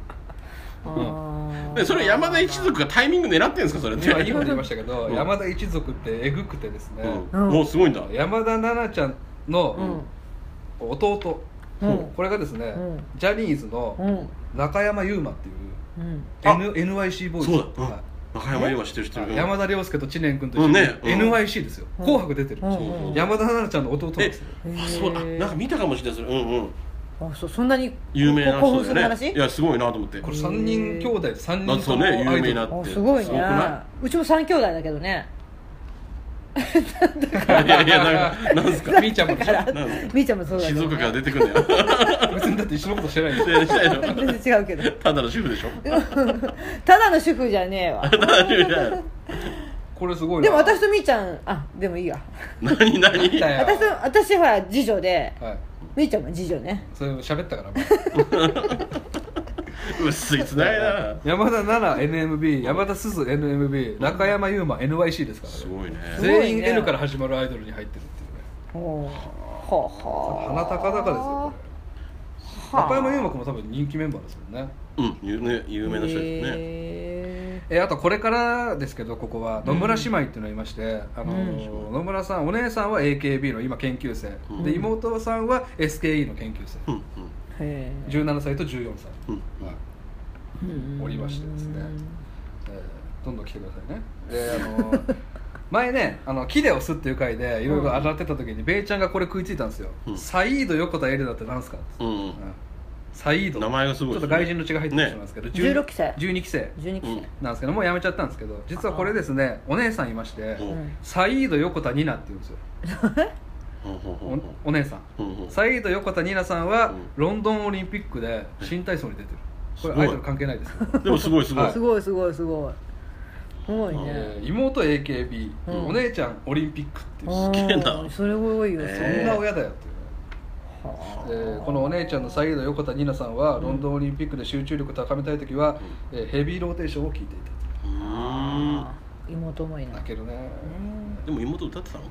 Speaker 1: あー
Speaker 3: でそれ山田一族がタイミング狙ってるんですかそれって
Speaker 2: 今今で言いましたけど
Speaker 3: うん
Speaker 2: 山田一族ってえぐくてですね
Speaker 3: うんもうすごいんだ
Speaker 2: 山田奈々ちゃんの弟
Speaker 1: うん
Speaker 2: これがですね
Speaker 1: うん
Speaker 2: ジャニーズ
Speaker 1: う
Speaker 2: の
Speaker 1: ん
Speaker 2: 中山優馬っていう
Speaker 1: うん、
Speaker 3: あ
Speaker 2: N- NYC ボーイズ
Speaker 3: そうだうん
Speaker 2: はい
Speaker 3: 中山優は知ってる知ってる
Speaker 2: 山田涼介と知念君と一緒
Speaker 3: うん
Speaker 2: に
Speaker 3: ねうん
Speaker 2: NYC ですよ「
Speaker 1: うん
Speaker 2: 紅白」出てる、
Speaker 1: うん
Speaker 3: そうそう
Speaker 2: 山田奈々ちゃんの弟なんですよ
Speaker 1: へー
Speaker 3: あそうあなんか見たかもしれないですうんうん
Speaker 1: あそそんなに
Speaker 3: 有名な
Speaker 1: 興奮
Speaker 3: 人
Speaker 1: する
Speaker 3: だよね
Speaker 1: 話
Speaker 3: いやすごいなと思って
Speaker 2: これ3人兄弟で3
Speaker 3: だ
Speaker 2: 人
Speaker 3: っ
Speaker 2: と
Speaker 3: てそう
Speaker 2: も
Speaker 3: ね有名
Speaker 2: アイド
Speaker 3: な
Speaker 2: ル
Speaker 3: って
Speaker 1: あすごい
Speaker 3: す
Speaker 1: ね
Speaker 3: ごくな
Speaker 1: うちも三兄弟だけどね
Speaker 3: いやいやなんかなんですか
Speaker 2: みーちゃんもでしょ
Speaker 3: なんですか
Speaker 1: みーちゃんもそうだけ
Speaker 3: 静
Speaker 1: ど
Speaker 3: 岡から出てくんだよ
Speaker 2: 別にだって一緒のことしてないんで
Speaker 3: 全然しないの
Speaker 1: *laughs* 全然違うけど
Speaker 3: ただの主婦でしょ
Speaker 1: ただの主婦じゃねえわ
Speaker 2: *laughs*
Speaker 3: ただの主婦じゃないの
Speaker 2: これすごいな
Speaker 1: でも私とみーちゃんあでもいいや
Speaker 3: 何
Speaker 2: 見た
Speaker 3: 何
Speaker 2: よ
Speaker 1: 私と私ほら次女で
Speaker 2: はい
Speaker 1: みーちゃんも次女ね
Speaker 2: それ喋ったから
Speaker 3: 薄いつないな
Speaker 2: 山田奈々 NMB 山田すず NMB 中山優馬 NYC ですからね
Speaker 3: すごいね
Speaker 1: すごいね
Speaker 2: 全員 N から始まるアイドルに入ってるっていうね
Speaker 1: ほうほうほう
Speaker 2: 鼻高々ですよこれ
Speaker 1: はあ
Speaker 2: 中山優馬君も多分人気メンバーですもんね
Speaker 3: うん有名有名な人ですね
Speaker 1: へ
Speaker 2: えあとこれからですけどここは野村姉妹っていうのがいまして、あのー野村さんお姉さんは AKB の今研究生、
Speaker 3: うん
Speaker 2: で妹さんは SKE の研究生、
Speaker 3: うんうん
Speaker 1: えへえ
Speaker 2: 17歳と14歳、
Speaker 3: うん
Speaker 2: はい
Speaker 1: うん
Speaker 2: おりましてですねえーどんどん来てくださいねであの
Speaker 3: *laughs*
Speaker 2: ー前ねあの「キデオス」っていう回でいろいろ洗ってた時にベイちゃんがこれ食いついたんですよ「
Speaker 3: うん
Speaker 2: サイード横田エレナってなんすか?」って、
Speaker 3: うん
Speaker 2: うんサイード
Speaker 3: 名前がすごい
Speaker 2: ちょ
Speaker 3: で
Speaker 2: っと
Speaker 3: すね
Speaker 2: 外人の血が入ってる人なんですけど、
Speaker 1: ね16期生
Speaker 2: 12期生
Speaker 1: 12期生
Speaker 2: なんですけどもうやめちゃったんですけど実はこれですねお姉さんいまして
Speaker 3: うん
Speaker 1: うん
Speaker 2: サイード横田ニナって言うんですよ
Speaker 3: うんうんうんうん
Speaker 2: おお姉さん
Speaker 3: うんうん
Speaker 2: サイード横田ニナさん
Speaker 3: う
Speaker 2: は
Speaker 3: ん
Speaker 2: ロンドンオリンピックで新体操に出てるこ
Speaker 3: す
Speaker 2: れ
Speaker 3: ごい
Speaker 2: アイドル関係ないですけど
Speaker 3: でもすごいすごい、
Speaker 2: はい
Speaker 1: すごいすごいすごいすごいね
Speaker 2: えー妹 AKB、
Speaker 1: うん
Speaker 2: お姉ちゃんオリンピックっていう
Speaker 1: あ
Speaker 2: そ
Speaker 1: ー
Speaker 3: げえな
Speaker 1: それ多いよ
Speaker 3: え
Speaker 1: そ
Speaker 3: ー
Speaker 1: れ
Speaker 2: んな親だよっていうね
Speaker 1: はあ
Speaker 2: えーこのお姉ちゃんのサイード横田ニナさんはロンドンオリンピックで集中力高めたい時は、えーヘビーローテーションを聞いていたと
Speaker 3: うーん
Speaker 1: 妹もいな
Speaker 2: *laughs* 泣けるね
Speaker 3: でも妹歌ってたの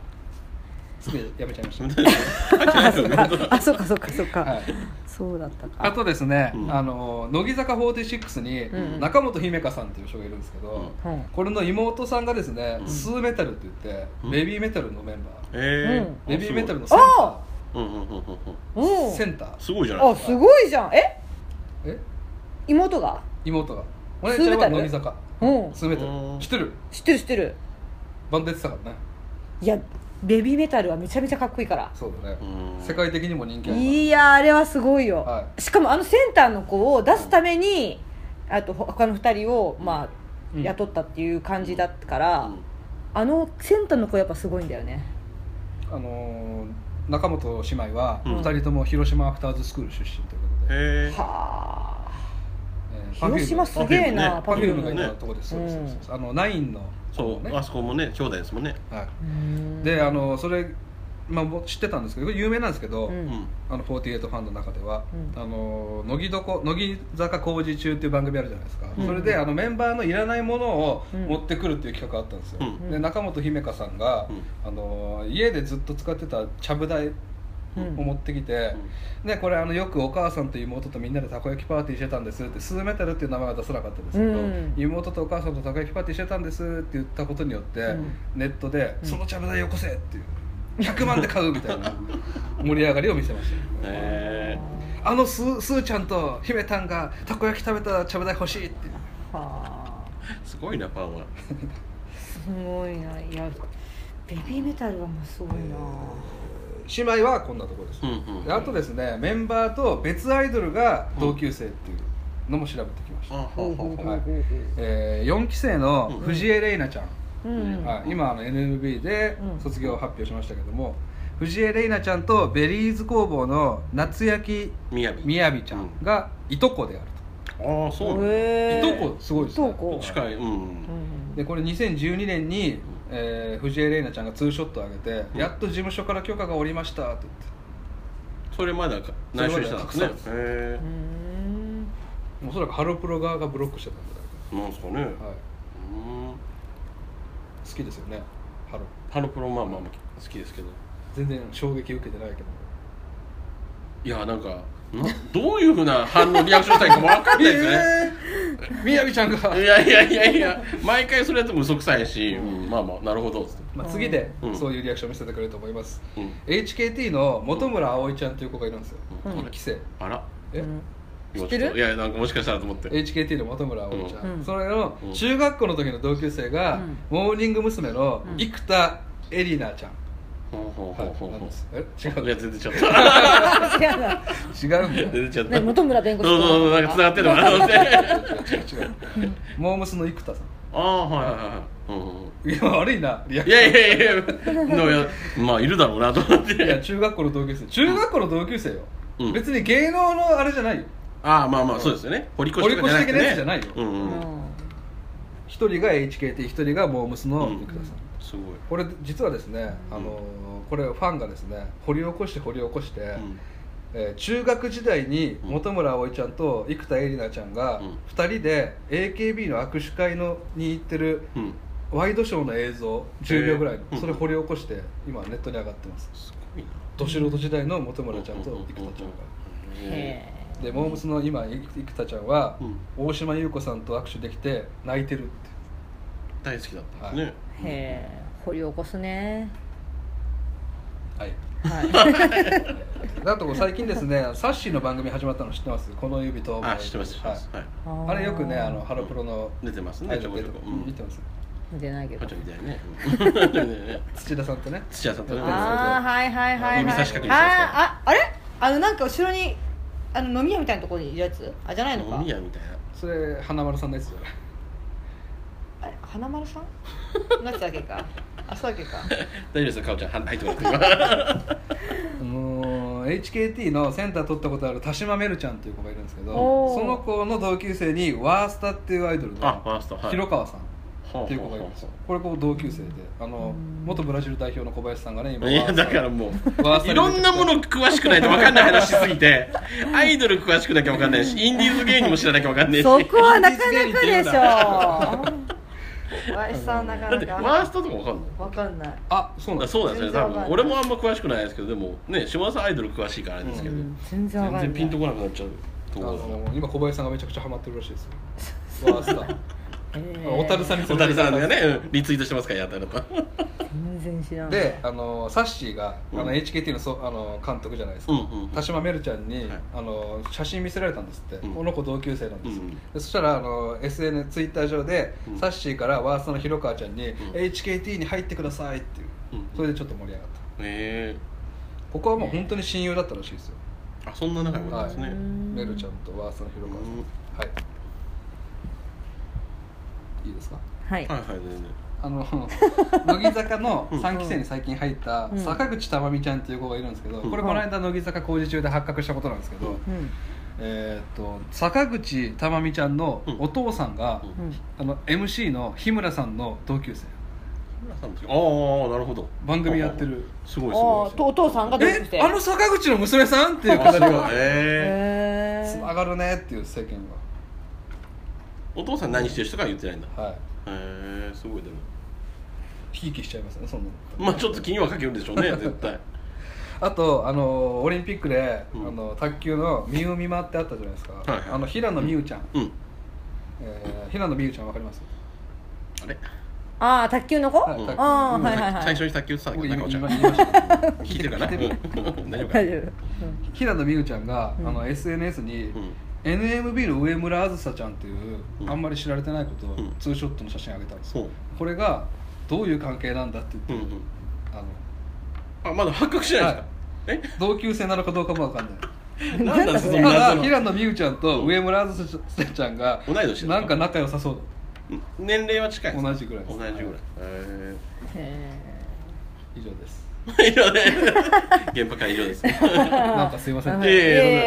Speaker 2: すぐやめちゃいました
Speaker 1: あそうかそうかそうか、
Speaker 2: はい
Speaker 1: そうだったか
Speaker 2: あとですね、
Speaker 3: うん
Speaker 2: あの乃木坂46
Speaker 1: うん
Speaker 2: に中本姫香さんっていう人がいるんですけど、
Speaker 1: うん
Speaker 2: これの妹さんがですね、
Speaker 3: うん
Speaker 2: スーメタルって言って、
Speaker 3: うん
Speaker 2: ベビーメタルのメンバー、
Speaker 3: え
Speaker 1: うん
Speaker 2: ベ
Speaker 3: ー
Speaker 2: ビーメタルのセン
Speaker 1: あ
Speaker 2: タ
Speaker 3: うんうんうんうんうん
Speaker 1: お
Speaker 2: ー
Speaker 1: う
Speaker 2: センター
Speaker 3: すごいじゃない
Speaker 1: あ
Speaker 3: です
Speaker 1: すごいじゃんえ
Speaker 2: え
Speaker 1: 妹が
Speaker 2: 妹がお姉ちゃんは乃木坂
Speaker 1: うん
Speaker 2: スーメタル
Speaker 3: うん
Speaker 2: 知ってる
Speaker 1: 知ってる知ってる
Speaker 2: バンドやってたからね
Speaker 1: いやベビーメタルはめちゃめちゃかっこいいから
Speaker 2: そうだね
Speaker 3: うん
Speaker 2: 世界的にも人気あり
Speaker 1: いやあれはすごいよ、
Speaker 2: は
Speaker 1: しかもあのセンターの子を出すためにあと他の2人をまあ
Speaker 2: うん
Speaker 1: 雇ったっていう感じだったから、
Speaker 3: か
Speaker 1: あのセンターの子やっぱすごいんだよね
Speaker 2: あのー中本姉妹は
Speaker 3: うん
Speaker 2: 2人とも広島アフターズスクール出身ということで、
Speaker 3: へえ
Speaker 1: はあ
Speaker 2: えー
Speaker 1: 広島
Speaker 2: Perfume
Speaker 1: すげえな
Speaker 3: Perfume ね
Speaker 2: パフュームが
Speaker 1: う
Speaker 2: い
Speaker 1: ん
Speaker 2: たとこです、そうです
Speaker 1: うん
Speaker 2: そうですあのナインの
Speaker 3: そう、
Speaker 2: ね
Speaker 3: あそこもね兄弟ですもんね
Speaker 2: は
Speaker 1: うん
Speaker 2: い、であのそれ、まあ、もう知ってたんですけどこれ有名なんですけど、
Speaker 1: う
Speaker 3: うんん
Speaker 2: あの48ファンの中では、
Speaker 1: うん
Speaker 2: あの乃木どこ乃木坂工事中っていう番組あるじゃないですか、
Speaker 1: うん
Speaker 2: それであのメンバーのいらないものを
Speaker 1: うん
Speaker 2: 持ってくるっていう企画があったんですよ、
Speaker 3: うん
Speaker 2: で中本姫香さんが、
Speaker 3: う
Speaker 2: あの家でずっと使ってたちゃぶ台を
Speaker 1: うん
Speaker 2: 持ってきて、でこれあのよくお母さんと妹とみんなでたこ焼きパーティーしてたんですってスーメタルっていう名前は出さなかったんですけど、
Speaker 1: うん
Speaker 2: 妹とお母さんとたこ焼きパーティーしてたんですって言ったことによって、
Speaker 1: うん
Speaker 2: ネットで「
Speaker 1: うん
Speaker 2: そのちゃぶ台よこせ!」っていう100万で買うみたい
Speaker 3: *laughs*
Speaker 2: な盛り上がりを見せましたよ
Speaker 3: え
Speaker 2: あのスースーちゃんと姫たんがたこ焼き食べたちゃぶ台欲しいっていう
Speaker 1: はあ
Speaker 3: ー、すごいなファンは
Speaker 1: すごいないやベビーメタルはもうすごいな
Speaker 2: 姉妹はこんなところです、
Speaker 3: うんうん
Speaker 2: であとですねメンバーと別アイドルが同級生っていうのも調べてきました、
Speaker 3: あほうほうほう
Speaker 2: はいえー、4期生の藤江玲奈ちゃん、
Speaker 1: うん
Speaker 2: はい、今あの NMB で
Speaker 1: うん
Speaker 2: 卒業発表しましたけども、藤江玲奈ちゃんとベリーズ工房の夏焼
Speaker 3: みやび
Speaker 2: みやびちゃんがいとこである
Speaker 3: ああそうなんだ
Speaker 1: へえ
Speaker 2: いとこすごいですね
Speaker 1: いとこ
Speaker 3: 近い
Speaker 1: う、
Speaker 3: うん
Speaker 2: と
Speaker 1: ん
Speaker 2: でこれ2012年に、えー、藤江玲奈ちゃんがツーショットを上げて、
Speaker 3: うん
Speaker 2: やっと事務所から許可が下りましたって言って
Speaker 3: それまだか内緒にしてたんです
Speaker 2: そ
Speaker 3: ね
Speaker 2: れまで隠さ
Speaker 3: へえ
Speaker 1: うーん
Speaker 2: おそらくハロプロ側がブロックしてたんじゃないか
Speaker 3: なんですかね、
Speaker 2: な、はい、
Speaker 3: うん
Speaker 2: 好きですよねハロ
Speaker 3: ハロプロまあまあまあ好きですけど
Speaker 2: 全然衝撃受けてないけど
Speaker 3: いやなんかな *laughs* どういうふうな反応リアクションしたらいいか分かんないです *laughs*
Speaker 2: え
Speaker 3: ね、
Speaker 2: ーみやびちゃんが
Speaker 3: いやいやいやいや毎回それやっても嘘くさいし、うんまあまあなるほどっつって
Speaker 2: まあ、次で
Speaker 3: うん
Speaker 2: そういうリアクションを見せてくれると思います、
Speaker 3: うん
Speaker 2: HKT の本村葵ちゃんという子がいるんですよ、
Speaker 3: うん
Speaker 2: 1期生
Speaker 3: あら
Speaker 1: *laughs*
Speaker 2: え、
Speaker 1: うん
Speaker 3: 今
Speaker 1: 知って
Speaker 3: ちょ
Speaker 1: る
Speaker 3: といやなんかもしかしたらと思って
Speaker 2: HKT の本村葵ちゃん、
Speaker 1: うん
Speaker 2: それの
Speaker 3: うん
Speaker 2: 中学校の時の同級生が、
Speaker 1: うん
Speaker 2: モーニング娘。の生田絵里奈ちゃん、
Speaker 3: ほうほうほうほ
Speaker 2: は
Speaker 3: う
Speaker 2: いなん
Speaker 3: ほ
Speaker 2: です
Speaker 3: う
Speaker 2: え違う
Speaker 3: いや全然ちょっと
Speaker 1: 違うな
Speaker 2: 違うんだよ違う違う違う
Speaker 3: 出ちゃった
Speaker 1: ね、本村弁護士
Speaker 3: そうそうそうなんか繋がってるのかなと思って
Speaker 2: 違うモームスの生田さん
Speaker 3: ああはいはいはいはい、うんうん
Speaker 2: いや悪いなリア
Speaker 3: いやいやいやいやのやまあいるだろうなと思っ
Speaker 2: いや
Speaker 3: て
Speaker 2: 中学校の同級生中学校の同級生よ、
Speaker 3: うん
Speaker 2: 別に芸能のあれじゃないよ
Speaker 3: ああまあまあそうですよね堀越とか
Speaker 2: 堀越的なやつじゃないよ
Speaker 3: うん
Speaker 1: う
Speaker 3: うんん
Speaker 2: 一人が HKT 一人がモームスの
Speaker 3: うん
Speaker 2: 福田さん、
Speaker 3: すごい
Speaker 2: これ実はですね、あのーこれファンがですね掘り起こして掘り起こして、
Speaker 3: うん
Speaker 2: えー中学時代に
Speaker 3: うん
Speaker 2: 本村葵ちゃんと生田絵梨奈ちゃんが
Speaker 3: うん
Speaker 2: 2人で AKB の握手会のに行ってる
Speaker 3: うん
Speaker 2: ワイドショーの映像10秒ぐらいの、
Speaker 3: えーうん
Speaker 2: それ掘り起こして今ネットに上がってます
Speaker 3: すごいな
Speaker 2: ど素人時代の本村ちゃんと生田ちゃんが
Speaker 3: へ
Speaker 1: へえ
Speaker 2: でモームスの今生田ちゃんは
Speaker 3: うん
Speaker 2: 大島優子さんと握手できて泣いてるって
Speaker 3: え大好きだったんですね、
Speaker 1: へえ掘り起こすね
Speaker 2: はい
Speaker 1: はい
Speaker 2: *laughs* あと最近ですねサッシーの番組始まったの知ってますこの指と
Speaker 3: あ知ってます知ってます、
Speaker 2: は
Speaker 3: はい
Speaker 2: いあれよくねあのハロプロの
Speaker 3: 出てます
Speaker 2: あ
Speaker 3: ね
Speaker 2: れ
Speaker 3: ちょこちょこ、う
Speaker 2: 見
Speaker 3: ん
Speaker 2: て、ます
Speaker 1: 出ないけ
Speaker 3: パ
Speaker 1: ど
Speaker 3: チョみたいね *laughs* うん
Speaker 2: 土田さんとね
Speaker 3: 土屋さんとね
Speaker 1: ああはいはいはいはい
Speaker 3: 指差し確認してますから
Speaker 1: あーああれあのなんか後ろにあの飲み屋みたいなところにいるやつあじゃないのか
Speaker 3: 飲み屋みたいな
Speaker 2: それ花丸さんのやつじゃない
Speaker 1: あれ花丸さんなっちだけかあそうだけか
Speaker 3: 大丈夫ですよかおちゃんは入っても *laughs* らって
Speaker 2: あのー HKT のセンター取ったことある田島めるちゃんという子がいるんですけど
Speaker 1: おー
Speaker 2: その子の同級生にワースタっていうアイドルの
Speaker 3: あワースタはい
Speaker 2: 広川さん
Speaker 3: 今
Speaker 2: っていう子がいるんですよこれこう同級生であの元ブラジル代表の小林さんがね今
Speaker 3: い
Speaker 2: ワー
Speaker 3: や
Speaker 2: スタ
Speaker 3: だからも
Speaker 2: ワース
Speaker 3: う
Speaker 2: タ
Speaker 3: いろんなもの詳しくないと分かんない話しすぎてアイドル詳しくなきゃ分かんないしインディーズ芸人も知らなきゃ分かんないし
Speaker 1: そこはな
Speaker 3: な
Speaker 1: か
Speaker 3: か
Speaker 1: な
Speaker 3: な
Speaker 1: か
Speaker 3: か
Speaker 1: で
Speaker 3: で
Speaker 1: し
Speaker 3: し
Speaker 1: ょ
Speaker 3: ょ
Speaker 1: 小林さんなか
Speaker 3: だっ
Speaker 1: な
Speaker 3: て
Speaker 1: か
Speaker 3: ワーストとか分かんない
Speaker 1: わかんない
Speaker 2: あそうなん
Speaker 3: だ
Speaker 2: だ
Speaker 3: そうなんです
Speaker 1: 全
Speaker 3: よね多
Speaker 1: 然わかんな
Speaker 3: 分
Speaker 1: い
Speaker 3: 俺もあんま詳しくないですけどでもね島田さんアイドル詳しいからあれですけど、
Speaker 1: うん全然わかん
Speaker 3: 全
Speaker 1: ない
Speaker 3: 然ピンとこなくなっちゃうと
Speaker 2: あ
Speaker 3: ころだ
Speaker 2: のー今小林さんがめちゃくちゃハマってるらしいですよワースタ
Speaker 1: へえ
Speaker 2: 小樽さんに
Speaker 3: 小樽さんがねうんリツイートしてますからやったらと
Speaker 1: 全然知らない
Speaker 2: であのサッシーがあの
Speaker 3: うん
Speaker 2: HKT のそあの監督じゃないですか、
Speaker 3: うんうんうん
Speaker 2: 田島めるちゃんに、
Speaker 3: はい
Speaker 2: あの写真見せられたんですって、
Speaker 3: うん
Speaker 2: この子同級生なんですよ、
Speaker 3: うんうん
Speaker 2: でそしたらあの SNS ツイッター上で、
Speaker 3: うん
Speaker 2: サッシーからワーストの広川ちゃんに、
Speaker 3: ん
Speaker 2: HKT に入ってくださいっていう
Speaker 3: うんうん
Speaker 2: それでちょっと盛り上がった
Speaker 3: へえ
Speaker 2: ここはもう本当に親友だったらしいですよ、
Speaker 3: あそんな仲良かったんですね、
Speaker 1: う
Speaker 3: うん
Speaker 1: ん
Speaker 2: めるちゃんとワーストの広川さん、はいいいですか
Speaker 1: はい
Speaker 3: はいはい全然
Speaker 2: あ
Speaker 3: *laughs*
Speaker 2: の乃木坂の3期生に最近入った
Speaker 1: うん
Speaker 2: 坂口珠美ちゃんっていう子がいるんですけど、
Speaker 3: うん
Speaker 2: これこの間乃木坂工事中で発覚したことなんですけど、
Speaker 1: うん
Speaker 2: えーっと坂口珠美ちゃんのお父さんが、
Speaker 3: うん
Speaker 1: うん
Speaker 2: あの MC の日村さんの同級生
Speaker 3: 日村さんも好きああなるほど
Speaker 2: 番組やってる
Speaker 3: すごいす
Speaker 1: あ
Speaker 3: ごい
Speaker 1: あとお父さんがどうし
Speaker 2: え
Speaker 1: て
Speaker 2: あの坂口の娘さんっていう方が
Speaker 3: へえ
Speaker 1: へ
Speaker 2: つな
Speaker 1: え
Speaker 2: がるねっていう世間
Speaker 3: お父さん何してる人かは言ってないんだへ
Speaker 2: がはい
Speaker 3: えすごいでも
Speaker 2: ひいきしちゃいますねそんなの
Speaker 3: まあちょっと気にはかけるんでしょうね *laughs* 絶対
Speaker 2: あとあのオリンピックで、
Speaker 3: うん
Speaker 2: あの卓球のみうみまってあったじゃないですか、
Speaker 3: はいはい
Speaker 2: あの平野美宇ちゃん、
Speaker 3: うん
Speaker 2: えー平野美宇ちゃんわかります
Speaker 3: あれ
Speaker 1: ああ卓球の子
Speaker 2: はい卓球
Speaker 1: ああはいはいはい
Speaker 3: 最初に卓球打ってたん
Speaker 2: 僕
Speaker 3: だけ
Speaker 2: 言い
Speaker 3: ど
Speaker 2: ま
Speaker 3: 中尾
Speaker 2: し
Speaker 3: ちゃん
Speaker 2: た
Speaker 3: *laughs* 聞いてるかな
Speaker 2: 聞いて
Speaker 3: うん大丈夫か
Speaker 1: 大丈夫うん
Speaker 2: 平野美宇ちゃんが、
Speaker 1: うん
Speaker 2: あの SNS に、
Speaker 3: うん
Speaker 2: NMB の上村あずさちゃんっていう、
Speaker 3: うん
Speaker 2: あんまり知られてないことを、
Speaker 3: うん
Speaker 2: ツーショットの写真あげたんです
Speaker 3: そ
Speaker 2: よ、
Speaker 3: う
Speaker 2: これがどういう関係なんだって
Speaker 3: う
Speaker 2: 言
Speaker 3: ん
Speaker 2: っ
Speaker 3: う
Speaker 2: て、
Speaker 3: ん
Speaker 2: あの
Speaker 3: あまだ発覚してないですか
Speaker 2: 同級生なのかどうかもわかんない
Speaker 3: えなんだその
Speaker 2: ただ
Speaker 3: 謎の
Speaker 2: 平野美宇ちゃんと上村あずさちゃんが
Speaker 3: 同い年な
Speaker 2: な
Speaker 3: の
Speaker 2: ん
Speaker 3: か
Speaker 2: か仲良さそう
Speaker 3: 年齢は近いです
Speaker 2: 同じぐらいで
Speaker 3: 同
Speaker 2: す
Speaker 3: じぐらい *laughs* へ
Speaker 1: へ
Speaker 2: 以上です
Speaker 1: *laughs*
Speaker 3: え以上で現場から以上ですい
Speaker 2: なんかすいません、
Speaker 1: うん
Speaker 2: はい
Speaker 3: え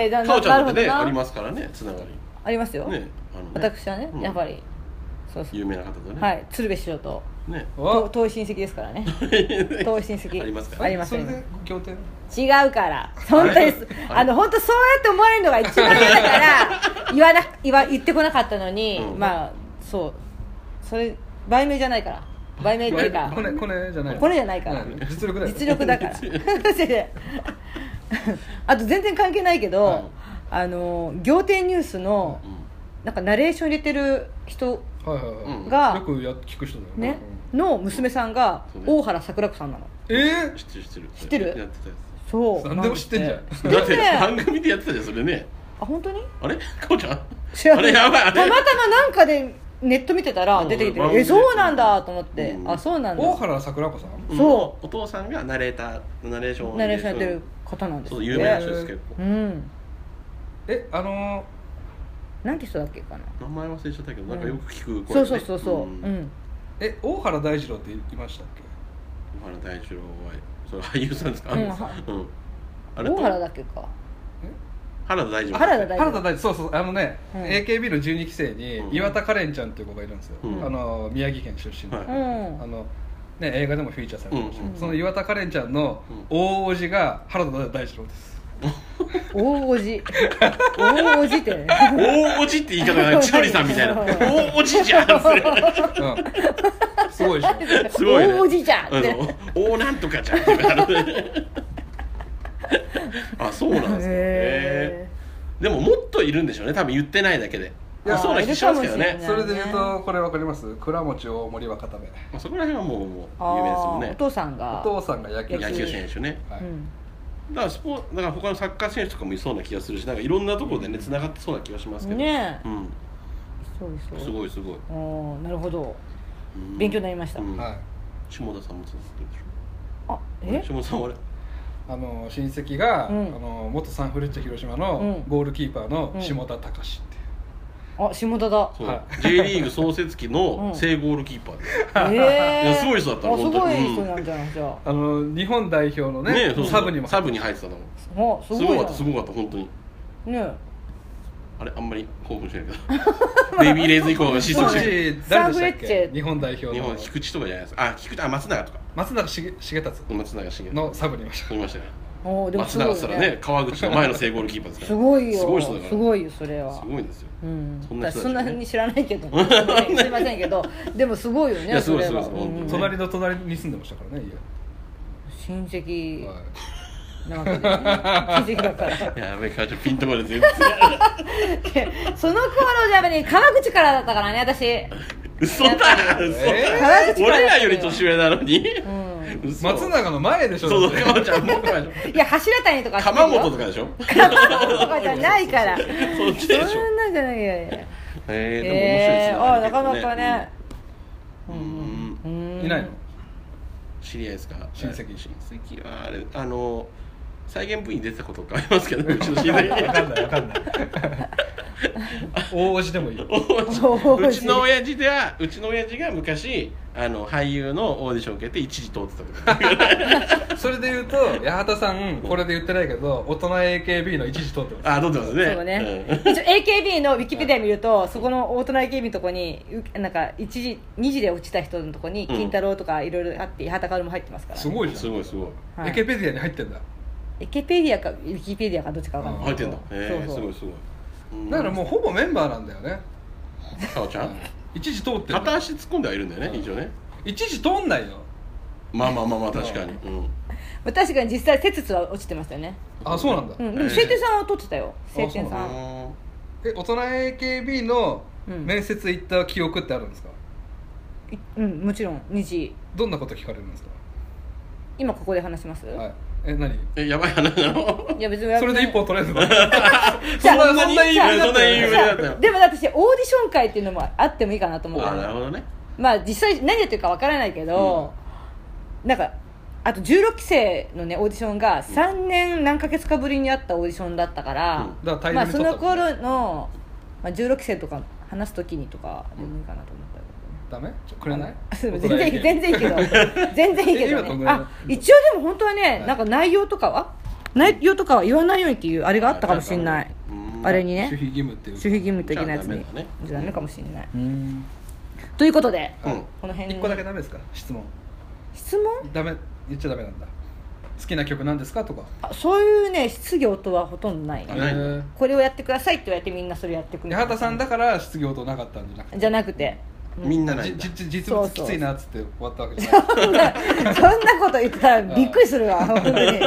Speaker 3: いえ
Speaker 1: だ
Speaker 3: か
Speaker 1: んだん
Speaker 3: おちゃんだってね
Speaker 1: なるほどな
Speaker 3: ありますからねつながり
Speaker 1: ーありますよ
Speaker 3: ねあのね
Speaker 1: 私はね
Speaker 3: うん
Speaker 1: やっぱりそうそう
Speaker 3: 有名な方とね
Speaker 1: はい鶴瓶師匠と
Speaker 3: ね
Speaker 1: と
Speaker 2: お
Speaker 1: 遠い親戚ですからね遠い親戚
Speaker 3: ありますか
Speaker 1: あります
Speaker 2: そ
Speaker 1: あ
Speaker 2: れ
Speaker 1: ります
Speaker 2: で協定
Speaker 1: 違うから本当です
Speaker 3: あれ
Speaker 1: あの本当そうやって思われるのが一番嫌だから言わな言わ言ってこなかったのに、
Speaker 3: うん
Speaker 1: まあそうそれ売名じゃないから売名っていうか
Speaker 2: これこれじゃない
Speaker 1: これじゃないから
Speaker 2: うん実力だよ
Speaker 1: 実力だから *laughs* 先生あと全然関係ないけど、
Speaker 3: はい
Speaker 1: あの仰天ニュースの
Speaker 3: う
Speaker 1: なんかナレーション入れてる人
Speaker 2: はいはいはい、
Speaker 3: うん
Speaker 1: が
Speaker 2: よくや聞く人だよ
Speaker 1: ね、の娘さんが
Speaker 3: そうね
Speaker 1: 大原桜子さんなの
Speaker 2: うんえ
Speaker 3: *laughs* ん知ってる知ってる
Speaker 1: 知ってる
Speaker 3: やってたや
Speaker 1: そう
Speaker 2: 何でも知ってんじゃん
Speaker 1: 知
Speaker 3: つ
Speaker 1: って
Speaker 3: だ
Speaker 1: る
Speaker 3: って
Speaker 1: ね
Speaker 3: 番組でやってたじゃんそれね
Speaker 1: あ本当に
Speaker 3: あれかおちゃん
Speaker 1: 知ら
Speaker 3: あ
Speaker 1: ない
Speaker 3: れやばいあ
Speaker 1: た
Speaker 3: れ
Speaker 1: またまなんかでネット見てたら出てきて
Speaker 3: うん
Speaker 1: 「えそうなんだ」と思って「
Speaker 3: うん
Speaker 1: あそうな
Speaker 2: ー
Speaker 1: んだ
Speaker 2: 大原桜子さん
Speaker 3: うん
Speaker 1: そ
Speaker 3: お父さんがナレーターナレーションを
Speaker 1: ナレーションやってる方なんです
Speaker 3: そ
Speaker 1: っ
Speaker 3: う
Speaker 1: て
Speaker 3: 有名な人ですけど
Speaker 1: うん
Speaker 2: えあの
Speaker 1: なんて人だっけかな
Speaker 3: 名前忘れちゃったけどなんかよく聞く声、
Speaker 1: そうそ
Speaker 3: ね、
Speaker 1: うそうそううん、
Speaker 3: ん
Speaker 2: え大原大二郎っていましたっ
Speaker 3: 小原大二郎はそれ俳優さんですか、
Speaker 1: うん
Speaker 3: うんあれ
Speaker 1: 大原だっけか
Speaker 3: 原田大二郎
Speaker 1: 原田
Speaker 2: け
Speaker 1: 大二郎
Speaker 2: 原田大二郎そうそうあのね、
Speaker 1: うん
Speaker 2: AKB の12期生に
Speaker 3: うん
Speaker 2: 岩田カレンちゃんっていう子がいるんですよ、
Speaker 3: うん
Speaker 2: あの宮城県出身の、
Speaker 3: はいう
Speaker 2: あ
Speaker 1: ん
Speaker 2: のね、映画でもフィーチャーされてました、
Speaker 1: うん
Speaker 2: その岩田カレンちゃんの大叔父が原田大二郎です、
Speaker 1: 大お
Speaker 3: *laughs*
Speaker 1: じ大おじってね
Speaker 3: 大おじって言い方が千鳥さん
Speaker 1: *laughs*
Speaker 3: みたいな大おじじゃんそれ
Speaker 2: うん、すごいでしょ
Speaker 3: すごいね
Speaker 1: 大おじじゃん
Speaker 3: あ
Speaker 1: って
Speaker 3: の大なんとかじゃんって言うからね
Speaker 1: *laughs*
Speaker 3: あそうなんですね
Speaker 1: へ
Speaker 3: へーでももっといるんでしょうね多分言ってないだけで
Speaker 1: いや
Speaker 3: そうな気しますけど
Speaker 1: いるかもしれな
Speaker 3: ね
Speaker 1: い
Speaker 2: それで言うとこれわかります倉持大森若田部
Speaker 3: まあそこら辺はもうもう
Speaker 1: あ
Speaker 3: 有名ですもん
Speaker 1: ーお
Speaker 3: ね
Speaker 1: 父さん
Speaker 2: お
Speaker 1: が
Speaker 2: 父さんが野球
Speaker 1: さん
Speaker 3: 野球選手ね
Speaker 2: はい
Speaker 1: うん
Speaker 3: だからスポーだから他のサッカー選手とかもいそうな気がするしなんかいろんなところでね繋がってそうな気がしますけど
Speaker 1: ねえ
Speaker 3: うん
Speaker 1: そうそう
Speaker 3: すごいすごい、
Speaker 1: おーなるほど
Speaker 3: うん
Speaker 1: 勉強になりました
Speaker 3: うん
Speaker 2: はい、
Speaker 3: 下田さんもそうだったでし
Speaker 1: あ
Speaker 3: ょ
Speaker 1: え
Speaker 3: 下田さんはあれ
Speaker 2: あの親戚が、
Speaker 1: うん
Speaker 2: あの元サンフレッチェ広島の
Speaker 1: うん
Speaker 2: ゴールキーパーの下田隆っていう、
Speaker 1: あ下田
Speaker 3: *laughs*
Speaker 1: だ
Speaker 3: そう、
Speaker 2: は
Speaker 3: J リーグ創設期
Speaker 1: う
Speaker 3: の
Speaker 1: ん
Speaker 3: 正ゴールキーパーで
Speaker 1: え
Speaker 3: い
Speaker 1: え
Speaker 3: やすごい人だったの
Speaker 1: あす
Speaker 3: 本当
Speaker 1: ごい
Speaker 3: に
Speaker 1: 人なんじゃないじゃあ
Speaker 2: あの日本代表の
Speaker 3: ね
Speaker 2: ね
Speaker 3: そうそう
Speaker 2: サブにも
Speaker 3: サブに入ってたの
Speaker 1: あすごい
Speaker 3: すごかった
Speaker 1: じ
Speaker 3: す
Speaker 1: ゃん
Speaker 3: ごかった本当に
Speaker 1: ね
Speaker 3: あれあんまり興奮しないけどベイビーレイズ以降はシーソ
Speaker 2: 当 *laughs*
Speaker 3: ンし
Speaker 2: 時
Speaker 3: て
Speaker 1: サン
Speaker 2: 誰で
Speaker 1: フレッ
Speaker 2: したっ
Speaker 1: チェ
Speaker 2: け日本代表
Speaker 3: 日本
Speaker 2: の
Speaker 3: 菊池とかじゃないですあ菊池あ松永とか
Speaker 2: 松永重重達
Speaker 3: 松永茂
Speaker 2: のサブにいました
Speaker 3: いましたね
Speaker 1: おーでも
Speaker 3: 松
Speaker 1: すごいよ
Speaker 3: 永っつったらね川口の前の正ゴールキーパーですから
Speaker 1: すごいよ
Speaker 3: すごい人だから
Speaker 1: すごいよそれは
Speaker 3: すごいんですよ
Speaker 1: うん
Speaker 3: そんな人たちね
Speaker 1: そんなに知らないけど
Speaker 3: *laughs*
Speaker 1: すいませんけどでもすごいよね
Speaker 3: いやすごい
Speaker 1: それは
Speaker 3: すごいすごい
Speaker 1: うん
Speaker 3: 本当に
Speaker 2: 隣の隣に住んでましたからね
Speaker 1: 親
Speaker 2: 家、
Speaker 1: 戚
Speaker 2: はい
Speaker 1: なわけだよね親戚だ
Speaker 3: *laughs*
Speaker 1: から
Speaker 3: やべえ母ちゃんピンとま
Speaker 1: *laughs*
Speaker 3: で全然
Speaker 1: その頃じゃやっぱり川口からだったからね私
Speaker 3: 嘘だ嘘
Speaker 2: え
Speaker 3: だ
Speaker 1: 川口から
Speaker 3: 俺
Speaker 1: だった
Speaker 3: らより年上なのに
Speaker 1: うん
Speaker 3: 嘘
Speaker 2: 松永の前でしょ
Speaker 3: そう
Speaker 2: だって
Speaker 3: 川ちゃんもう
Speaker 1: いや柱谷とか
Speaker 3: 鎌本と
Speaker 1: か
Speaker 3: かでしょ
Speaker 1: とかじゃないからそ
Speaker 3: *laughs* そっちでしょ
Speaker 1: んなんじゃないよいやいや
Speaker 3: えー、
Speaker 1: え
Speaker 3: でも面白いですね
Speaker 1: ー、あーなかなかね
Speaker 3: うんうん
Speaker 1: い
Speaker 2: いないの
Speaker 3: 知り合いですか
Speaker 2: 親戚
Speaker 3: 親戚はあれあの再現部に出てたことがありますけどうちの親
Speaker 2: わ
Speaker 3: 戚
Speaker 2: かんないわかんない大叔父でもいい
Speaker 3: うちの親父ではうちの親父が昔あの俳優のオーディション受けて一時通ってたことがある
Speaker 2: それで言うと八幡さんこれで言ってないけど大人 AKB の一時通ってます
Speaker 3: あ通ってますね
Speaker 1: そうね、一応 AKB のウィキペディア見るとそこの大人 AKB のとこにうなんか1時2時で落ちた人のとこに
Speaker 3: うん
Speaker 1: 金太郎とかいろいろあって八幡薫も入ってますから
Speaker 2: すご
Speaker 3: う
Speaker 2: い
Speaker 3: ん、
Speaker 2: じゃん
Speaker 3: すごいすごい
Speaker 1: いはい
Speaker 2: エケペディアに入ってんだ
Speaker 1: エケペディアかウィキペディアかどっちかわかんない
Speaker 3: 入ってんだえー、
Speaker 1: そう
Speaker 3: す
Speaker 1: そ
Speaker 3: ご
Speaker 1: う
Speaker 3: いすごいうん
Speaker 2: だからもうほぼメンバーなんだよね
Speaker 3: かおちゃん
Speaker 2: 一時通ってる
Speaker 3: 片足突っ込んではいるんだよね一応ね
Speaker 2: 一時通んないよ
Speaker 3: まあまあまあまあ確かに、うん、
Speaker 1: まあ確かに実際節は落ちてましたよね
Speaker 2: あそうなんだ、
Speaker 1: うんで
Speaker 3: え
Speaker 1: も
Speaker 3: ー
Speaker 1: 晴天さんは取ってたよ晴天
Speaker 2: あ
Speaker 1: さん
Speaker 3: あ
Speaker 2: え大人 AKB の
Speaker 1: うん
Speaker 2: 面接行った記憶ってあるんですか
Speaker 1: うんもちろん2時
Speaker 2: どんなこと聞かれるんですか、
Speaker 1: 今ここで話します、、
Speaker 2: はいい、え何
Speaker 3: ーえやばい話なの
Speaker 1: や別に
Speaker 2: それで一本取れるの *laughs* そん
Speaker 1: じゃあ
Speaker 2: なそんないい
Speaker 1: じゃあ
Speaker 2: 夢だった
Speaker 3: そんないい夢
Speaker 1: じ
Speaker 3: だ
Speaker 1: ゃ
Speaker 3: った
Speaker 1: あ
Speaker 3: よ
Speaker 1: でも私オーディション会っていうのもあってもいいかなと思う
Speaker 3: あーなるほどね
Speaker 1: まあ実際何やってるかわからないけど、なんかあと16期生のねオーディションが3年何ヶ月かぶりにあったオーディションだったから,、
Speaker 3: うん
Speaker 2: だから
Speaker 1: まあ
Speaker 2: 大量に
Speaker 1: そ
Speaker 2: 撮
Speaker 1: の
Speaker 2: ったもんね
Speaker 1: 頃の、まあ、16期生とか話す時にとかでもいいかなと思ったけどね
Speaker 2: ダメちょくれない
Speaker 1: あすいません
Speaker 2: 大人
Speaker 1: 全
Speaker 2: AKB
Speaker 1: 然全然いいけど
Speaker 2: *laughs*
Speaker 1: 全然いいけど、
Speaker 2: 今と
Speaker 1: ね、
Speaker 2: ぐらい
Speaker 1: あ一応でも本当はね、
Speaker 2: はい
Speaker 1: なんか内容とかは内容とかは言わないようにっていうあれがあったかもしれない
Speaker 3: うん
Speaker 1: あれに
Speaker 2: 守
Speaker 1: ね
Speaker 2: 秘義務っていう
Speaker 1: 守秘義務的なやつに
Speaker 3: じゃあダメだね
Speaker 1: じゃあダメかもしれない
Speaker 2: うん
Speaker 1: ということで
Speaker 3: うん
Speaker 1: この辺に
Speaker 2: 一個だけダメですか質問
Speaker 1: 質問
Speaker 2: ダメ言っちゃダメなんだ好きな曲なんですかとか
Speaker 1: あそういうね質疑応答はほとんどない
Speaker 3: あない
Speaker 2: えー
Speaker 1: これをやってくださいって言われてみんなそれやってくる
Speaker 2: 八幡さんだから失業となかったんじゃなくて
Speaker 1: じゃなくて
Speaker 3: みんなないんだ
Speaker 2: じじ実物きついなっつって終わったわけじゃない
Speaker 1: *laughs* そんなそんなこと言ったらびっくりするわ本当に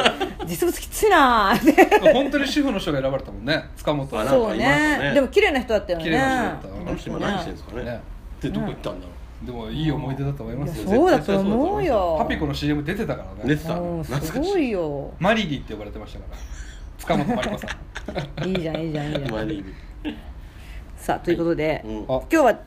Speaker 1: 実物きついなーって *laughs*
Speaker 2: 本当に主婦の人が選ばれたもんね塚本は
Speaker 3: あなん
Speaker 1: そ
Speaker 3: か
Speaker 1: う
Speaker 3: いました
Speaker 1: ね
Speaker 3: ね
Speaker 1: でも綺麗な人だったよね
Speaker 2: 綺麗な人だった
Speaker 3: あの人今何してるんですかね
Speaker 2: ね
Speaker 3: でどこ行ったんだろ
Speaker 2: でもいい思い出だと思いま
Speaker 1: い
Speaker 2: す
Speaker 1: や
Speaker 2: よ
Speaker 1: そうだと思うよ
Speaker 2: パピコの CM 出てたから
Speaker 3: う寝
Speaker 2: ね
Speaker 3: てた
Speaker 1: うん
Speaker 3: 懐かし
Speaker 1: すごいよ
Speaker 2: マリリーって呼ばれてましたから塚本マリ *laughs* コさん
Speaker 1: いいじゃんいいじゃんいい
Speaker 3: *laughs*
Speaker 1: じゃ
Speaker 3: マ
Speaker 1: ん
Speaker 3: リー
Speaker 1: さあということで、
Speaker 3: うん
Speaker 2: あ
Speaker 1: 今日は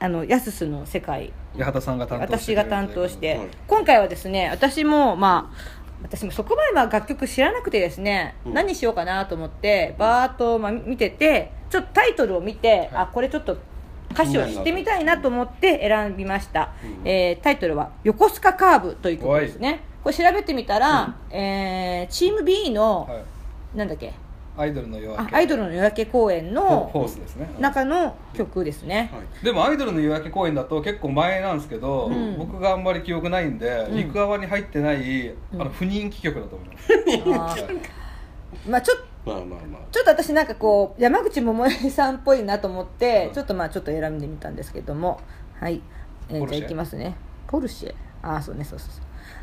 Speaker 1: あのヤススの世界
Speaker 2: 八幡さんが担当し
Speaker 1: 私
Speaker 2: て
Speaker 1: が担当して、
Speaker 3: はい
Speaker 1: 今回はですね私もまあ私もそこまでまあ楽曲知らなくてですね、
Speaker 3: うん
Speaker 1: 何しようかなと思ってバーっとまあ見ててちょっとタイトルを見て、
Speaker 2: はい
Speaker 1: あこれちょっと歌詞を知ってみたいなと思って選びました、
Speaker 3: うん
Speaker 1: えータイトルは「横須賀カーブ」という曲ですねこれ調べてみたら、えーチーム B の、
Speaker 2: はい、
Speaker 1: なんだっけ
Speaker 2: アイドルの夜明
Speaker 1: あ
Speaker 2: け
Speaker 1: アイドルの夜明け公演
Speaker 2: フォフォ
Speaker 1: の
Speaker 2: ースですね
Speaker 1: 中の曲ですね、
Speaker 3: はい
Speaker 2: でもアイドルの夕焼け公演だと結構前なんですけど、
Speaker 1: うん
Speaker 2: 僕があんまり記憶ないんで、
Speaker 1: ん
Speaker 2: 陸側に入ってない、
Speaker 1: ん
Speaker 2: あの不人気曲だと思います、
Speaker 1: あーまあちょっと
Speaker 3: まあまあまあ
Speaker 1: ちょっと私なんかこう山口百恵さんっぽいなと思ってちょっとまあちょっと選んでみたんですけどもはい、えー
Speaker 2: ポル
Speaker 1: じゃ
Speaker 2: シェ
Speaker 1: あいきますねポルシェああそうねそうそう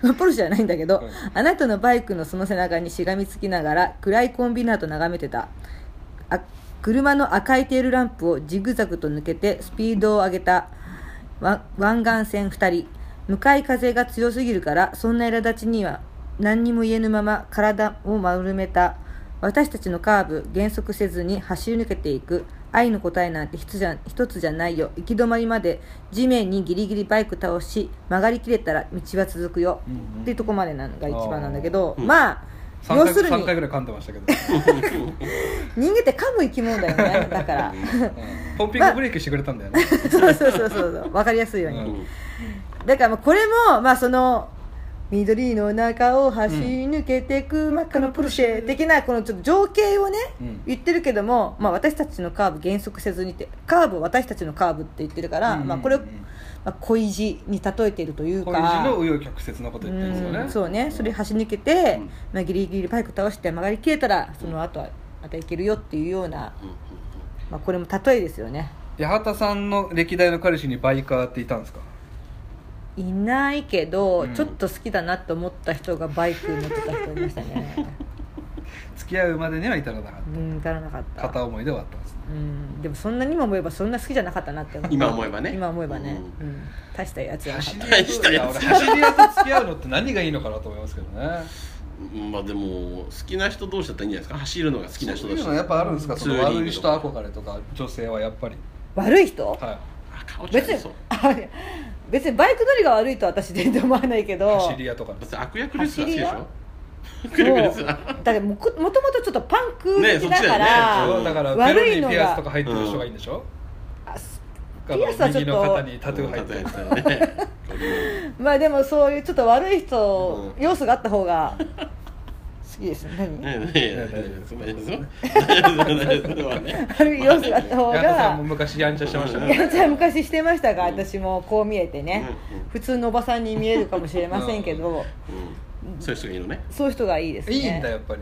Speaker 1: そうポルシェじゃないんだけど、
Speaker 2: うん
Speaker 1: あなたのバイクのその背中にしがみつきながら暗いコンビナート眺めてたあ車の赤いテールランプをジグザグと抜けてスピードを上げたわ湾岸線2人向かい風が強すぎるからそんな苛立ちには何にも言えぬまま体を丸めた私たちのカーブ減速せずに走り抜けていく愛の答えなんて一つじゃ一つじゃないよ行き止まりまで地面にギリギリバイク倒し曲がりきれたら道は続くよ、
Speaker 2: うんうん
Speaker 1: っていうとこまでなのが一番なんだけど
Speaker 3: あー
Speaker 1: まあ
Speaker 2: 三
Speaker 1: 要
Speaker 2: 回
Speaker 1: するに
Speaker 2: 三回ぐらい噛んでまし
Speaker 1: *laughs*
Speaker 2: たけど、
Speaker 1: 人間って噛む生き物だよねだから
Speaker 2: *laughs* うんポンピングブレーキしてくれたんだよね、
Speaker 1: そうそうそうそう分かりやすいように、
Speaker 2: うん
Speaker 1: だからまあこれもまあその緑の中を走り抜けてく真っ赤のポルシェ的なこのちょっと情景をね
Speaker 2: うん
Speaker 1: 言ってるけども、まあ、私たちのカーブ減速せずにってカーブを私たちのカーブって言ってるから、
Speaker 2: うん
Speaker 1: まあ、これを、
Speaker 2: うん
Speaker 1: まあ、小意地に例えているという
Speaker 2: こ
Speaker 1: か
Speaker 2: ういう字の紆余曲折のこと言ってるんですよね、
Speaker 1: うんそうねそれ走り抜けて、
Speaker 3: うん
Speaker 1: まあ、ギリギリバイク倒して曲がり切れたらその後はまた行けるよっていうような、まあ、これも例えですよね
Speaker 2: 八幡さんの歴代の彼氏にバイカーっていたんですか
Speaker 1: いないけど、
Speaker 2: うん
Speaker 1: ちょっと好きだなと思った人がバイク乗ってた人いましたね
Speaker 2: 付き合うまでには至らなかっ
Speaker 1: うん至らなかったた
Speaker 2: 片思いで終わったんです
Speaker 1: うん、でもそんなにも思えばそんな好きじゃなかったなって思った
Speaker 3: 今思えばね
Speaker 1: 今思えばね、うん大したやつじゃなかっ
Speaker 2: 走
Speaker 1: た
Speaker 2: り
Speaker 3: 大
Speaker 2: 屋
Speaker 3: し
Speaker 2: と
Speaker 3: た
Speaker 2: い
Speaker 3: や
Speaker 2: や
Speaker 3: つ
Speaker 2: 俺走り屋と付き合うのって何がいいのかなと思いますけどね
Speaker 3: うんまあでも好きな人同士だったらいいんじゃないですか走るのが好きな
Speaker 2: そ
Speaker 3: 人
Speaker 2: う
Speaker 3: 同
Speaker 2: い
Speaker 3: 士
Speaker 2: うのやっぱあるんですかその
Speaker 3: ツーリン
Speaker 2: 悪い
Speaker 3: グ
Speaker 2: 人
Speaker 3: とか
Speaker 2: 憧れとか女性はやっぱり
Speaker 1: 悪い人、
Speaker 2: は
Speaker 3: あ顔ちゃ
Speaker 1: 別
Speaker 3: ん
Speaker 1: に
Speaker 3: そう
Speaker 1: あいや *laughs* 別にバイク乗りが悪いとは私全然思わないけ
Speaker 2: い
Speaker 1: ど
Speaker 2: 走り屋とかね
Speaker 3: 別に悪役レスラー好きでしょ
Speaker 1: そう
Speaker 3: 悪役レス
Speaker 1: だ
Speaker 3: ラー
Speaker 1: ってもくもともとちょっとパンク
Speaker 3: ねえ
Speaker 1: 的だか
Speaker 3: あ
Speaker 1: ら、
Speaker 3: そっちだよねうん
Speaker 2: だからペ
Speaker 1: 悪
Speaker 2: ロ
Speaker 1: い
Speaker 2: に
Speaker 1: の
Speaker 2: ピアス
Speaker 1: が
Speaker 2: とか入ってる人がいいんでしょ
Speaker 1: あす
Speaker 2: あ
Speaker 1: ピアスは
Speaker 2: の
Speaker 1: ちょっと
Speaker 2: 右の肩にタトゥー入ってる
Speaker 3: うんタトゥー入ってるね
Speaker 1: まあでもそういうちょっと悪い人、
Speaker 3: うん
Speaker 1: 要素があった方が好きです何
Speaker 3: ねえねえ大丈夫です大丈夫ですよ大丈夫です大丈夫ですそれ
Speaker 1: *laughs*
Speaker 3: はね
Speaker 1: 悪い要素があった方
Speaker 2: 矢田さんも
Speaker 1: が
Speaker 2: 昔やんちゃしてました
Speaker 1: い
Speaker 2: ね
Speaker 1: やじゃあ昔してましたが私もこう見えてね、
Speaker 3: うんうん
Speaker 1: 普通のおばさんに見えるかもしれませんけど、
Speaker 3: うんそういう人がいいのね
Speaker 1: そういう人がいいですね
Speaker 2: いいんだやっぱり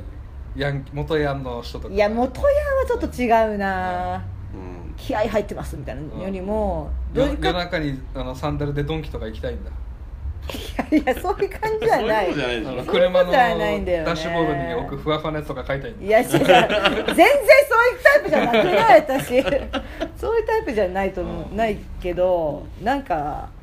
Speaker 2: ヤン元ヤンの人とか
Speaker 1: いや元ヤンはちょっと違うな、
Speaker 3: うん
Speaker 1: 気合入ってますみたいなのよりも、どうい
Speaker 2: 夜
Speaker 1: う
Speaker 2: 夜
Speaker 1: か
Speaker 2: 中にあのサンダルでドンキとか行きたいんだ
Speaker 1: いやいやそういう感じじゃな
Speaker 3: そういうこ
Speaker 1: い
Speaker 3: とじゃないでし
Speaker 2: あ
Speaker 3: ょ
Speaker 2: の車の
Speaker 1: じゃ
Speaker 2: ダ
Speaker 1: ないんだよね
Speaker 2: ッシュボードに置くふわふわのやつとか買いたいんだ
Speaker 1: いや違う全然そういうタイプじゃなくない私そういうタイプじゃないと思う
Speaker 2: うん
Speaker 1: ないけどなんか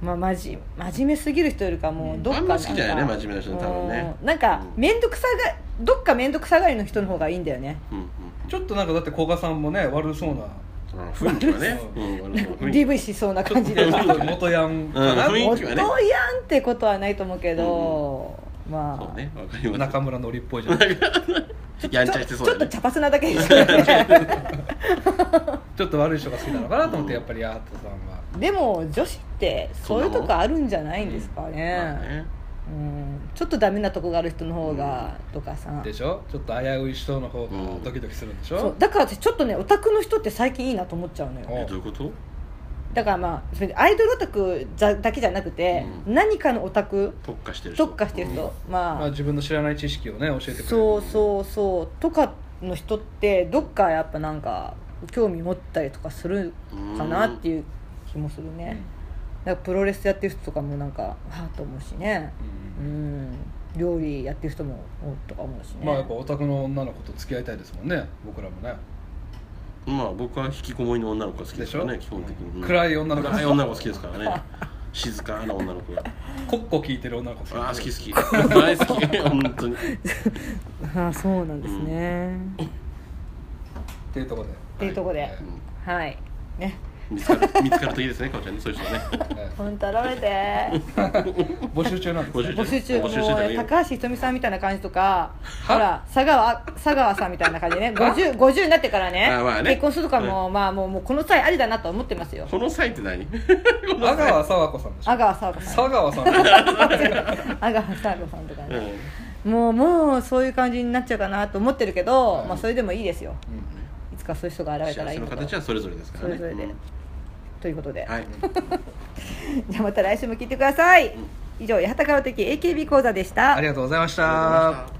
Speaker 1: まあ、まじ真面目すぎる人よりかも
Speaker 2: う
Speaker 1: うんどっか
Speaker 3: あん
Speaker 1: な
Speaker 3: ま
Speaker 1: んか
Speaker 3: 好きじゃないね真面目な人ね多分ね
Speaker 1: うんなんか
Speaker 3: うん
Speaker 1: 面倒くさがどっか面倒くさがりの人の方がいいんだよね
Speaker 3: うん
Speaker 2: ちょっとなんかだって古賀さんもね悪そうな
Speaker 3: うんあ雰囲気はねうんあの雰囲気
Speaker 1: DV しそうな
Speaker 2: ちょ
Speaker 1: 感
Speaker 2: っ
Speaker 1: じ
Speaker 2: と
Speaker 1: で
Speaker 2: なんか元ヤンかな、
Speaker 3: うん雰囲気
Speaker 1: 元
Speaker 3: はね
Speaker 1: やんってことはないと思うけど、まあ
Speaker 3: そうねわかります
Speaker 2: 中村のりっぽいじゃない
Speaker 3: やんちゃして
Speaker 1: ちょ
Speaker 3: そう
Speaker 1: っ
Speaker 3: だ
Speaker 1: と
Speaker 3: ね
Speaker 1: 茶髪なだけですよね
Speaker 3: *laughs*
Speaker 2: ちょっと悪い人が好きなのかなと思ってやっぱり八幡さんは
Speaker 1: でも女子ってそういうとこあるんじゃないんですか
Speaker 3: まあ
Speaker 1: ね,、
Speaker 3: ね
Speaker 1: うん、ちょっとダメなとこがある人の方が、とかさ
Speaker 2: でしょちょっと危うい人の方がドキドキするんでし
Speaker 1: そう
Speaker 2: ょ、
Speaker 1: だから私ちょっとねオタクの人って最近いいなと思っちゃうのよ
Speaker 2: お
Speaker 3: えどういうこと
Speaker 1: だからまあそれでアイドルオタクじゃだけじゃなくて、
Speaker 3: う
Speaker 1: 何かのオタク
Speaker 3: 特化してる人
Speaker 1: 特化してる人、
Speaker 2: ま
Speaker 1: ま
Speaker 2: あ、
Speaker 1: あ
Speaker 2: 自分の知らない知識をね教えてくれる
Speaker 1: そうそうそうとかの人ってどっかやっぱなんか興味持ったりとかするかなっていう気もするね、なんかプロレスやってる人とかもなんかはあと思うしね
Speaker 2: うん
Speaker 1: う
Speaker 2: うん
Speaker 1: ん料理やってる人もおっとか思うしね
Speaker 2: まあやっぱオタクの女の子と付き合いたいですもんね僕らもね
Speaker 3: まあ僕は引きこもりの女の子が好きですからね
Speaker 2: でし
Speaker 3: 基
Speaker 2: ょ
Speaker 3: 本的に、
Speaker 2: うん暗い女の子
Speaker 3: 暗い女の子好きですからね静かな女の子が
Speaker 2: コッコ聞いてる女の子
Speaker 3: ああ好き好き *laughs* 大好き本当に
Speaker 1: ああそうなんですね、
Speaker 2: っていうところで
Speaker 1: っていうところで
Speaker 2: はい
Speaker 1: はいね
Speaker 3: 見つかる *laughs* 見つかるといいですねかおちゃんねそういう人はね
Speaker 1: 本当現れて
Speaker 2: 募集中なんですね
Speaker 1: 募集中
Speaker 3: *laughs* 募集中
Speaker 1: もう
Speaker 3: だ
Speaker 1: ね
Speaker 3: ね
Speaker 1: 高橋ひとみさんみたいな感じとかほら佐川佐川さんみたいな感じでね 50, 50になってからね
Speaker 3: あまあね
Speaker 1: 結婚するとかも、まあもうもうこの際ありだなとは思ってますよ
Speaker 3: この際って何この
Speaker 2: 阿
Speaker 3: 際
Speaker 2: 川佐和子さんでしょ
Speaker 1: 阿川佐和子さん *laughs*
Speaker 2: 佐川さんで
Speaker 1: 阿川佐和子さんとか
Speaker 3: う
Speaker 1: ね、
Speaker 3: ん
Speaker 1: もうもうそういう感じになっちゃうかなと思ってるけど、
Speaker 2: はい
Speaker 1: まあそれでもいいですよ
Speaker 2: うん
Speaker 1: いつかそういう人が現れた
Speaker 3: 幸
Speaker 1: らいい
Speaker 3: せの
Speaker 1: なと
Speaker 3: 形はそれぞれですからね
Speaker 1: それぞれで
Speaker 3: うん
Speaker 1: ということで、
Speaker 3: はい
Speaker 1: じゃあまた来週も聞いてください、以上八幡から的 AKB 講座でした
Speaker 2: ありがとうございまし
Speaker 3: ありがとうございま
Speaker 2: た
Speaker 3: した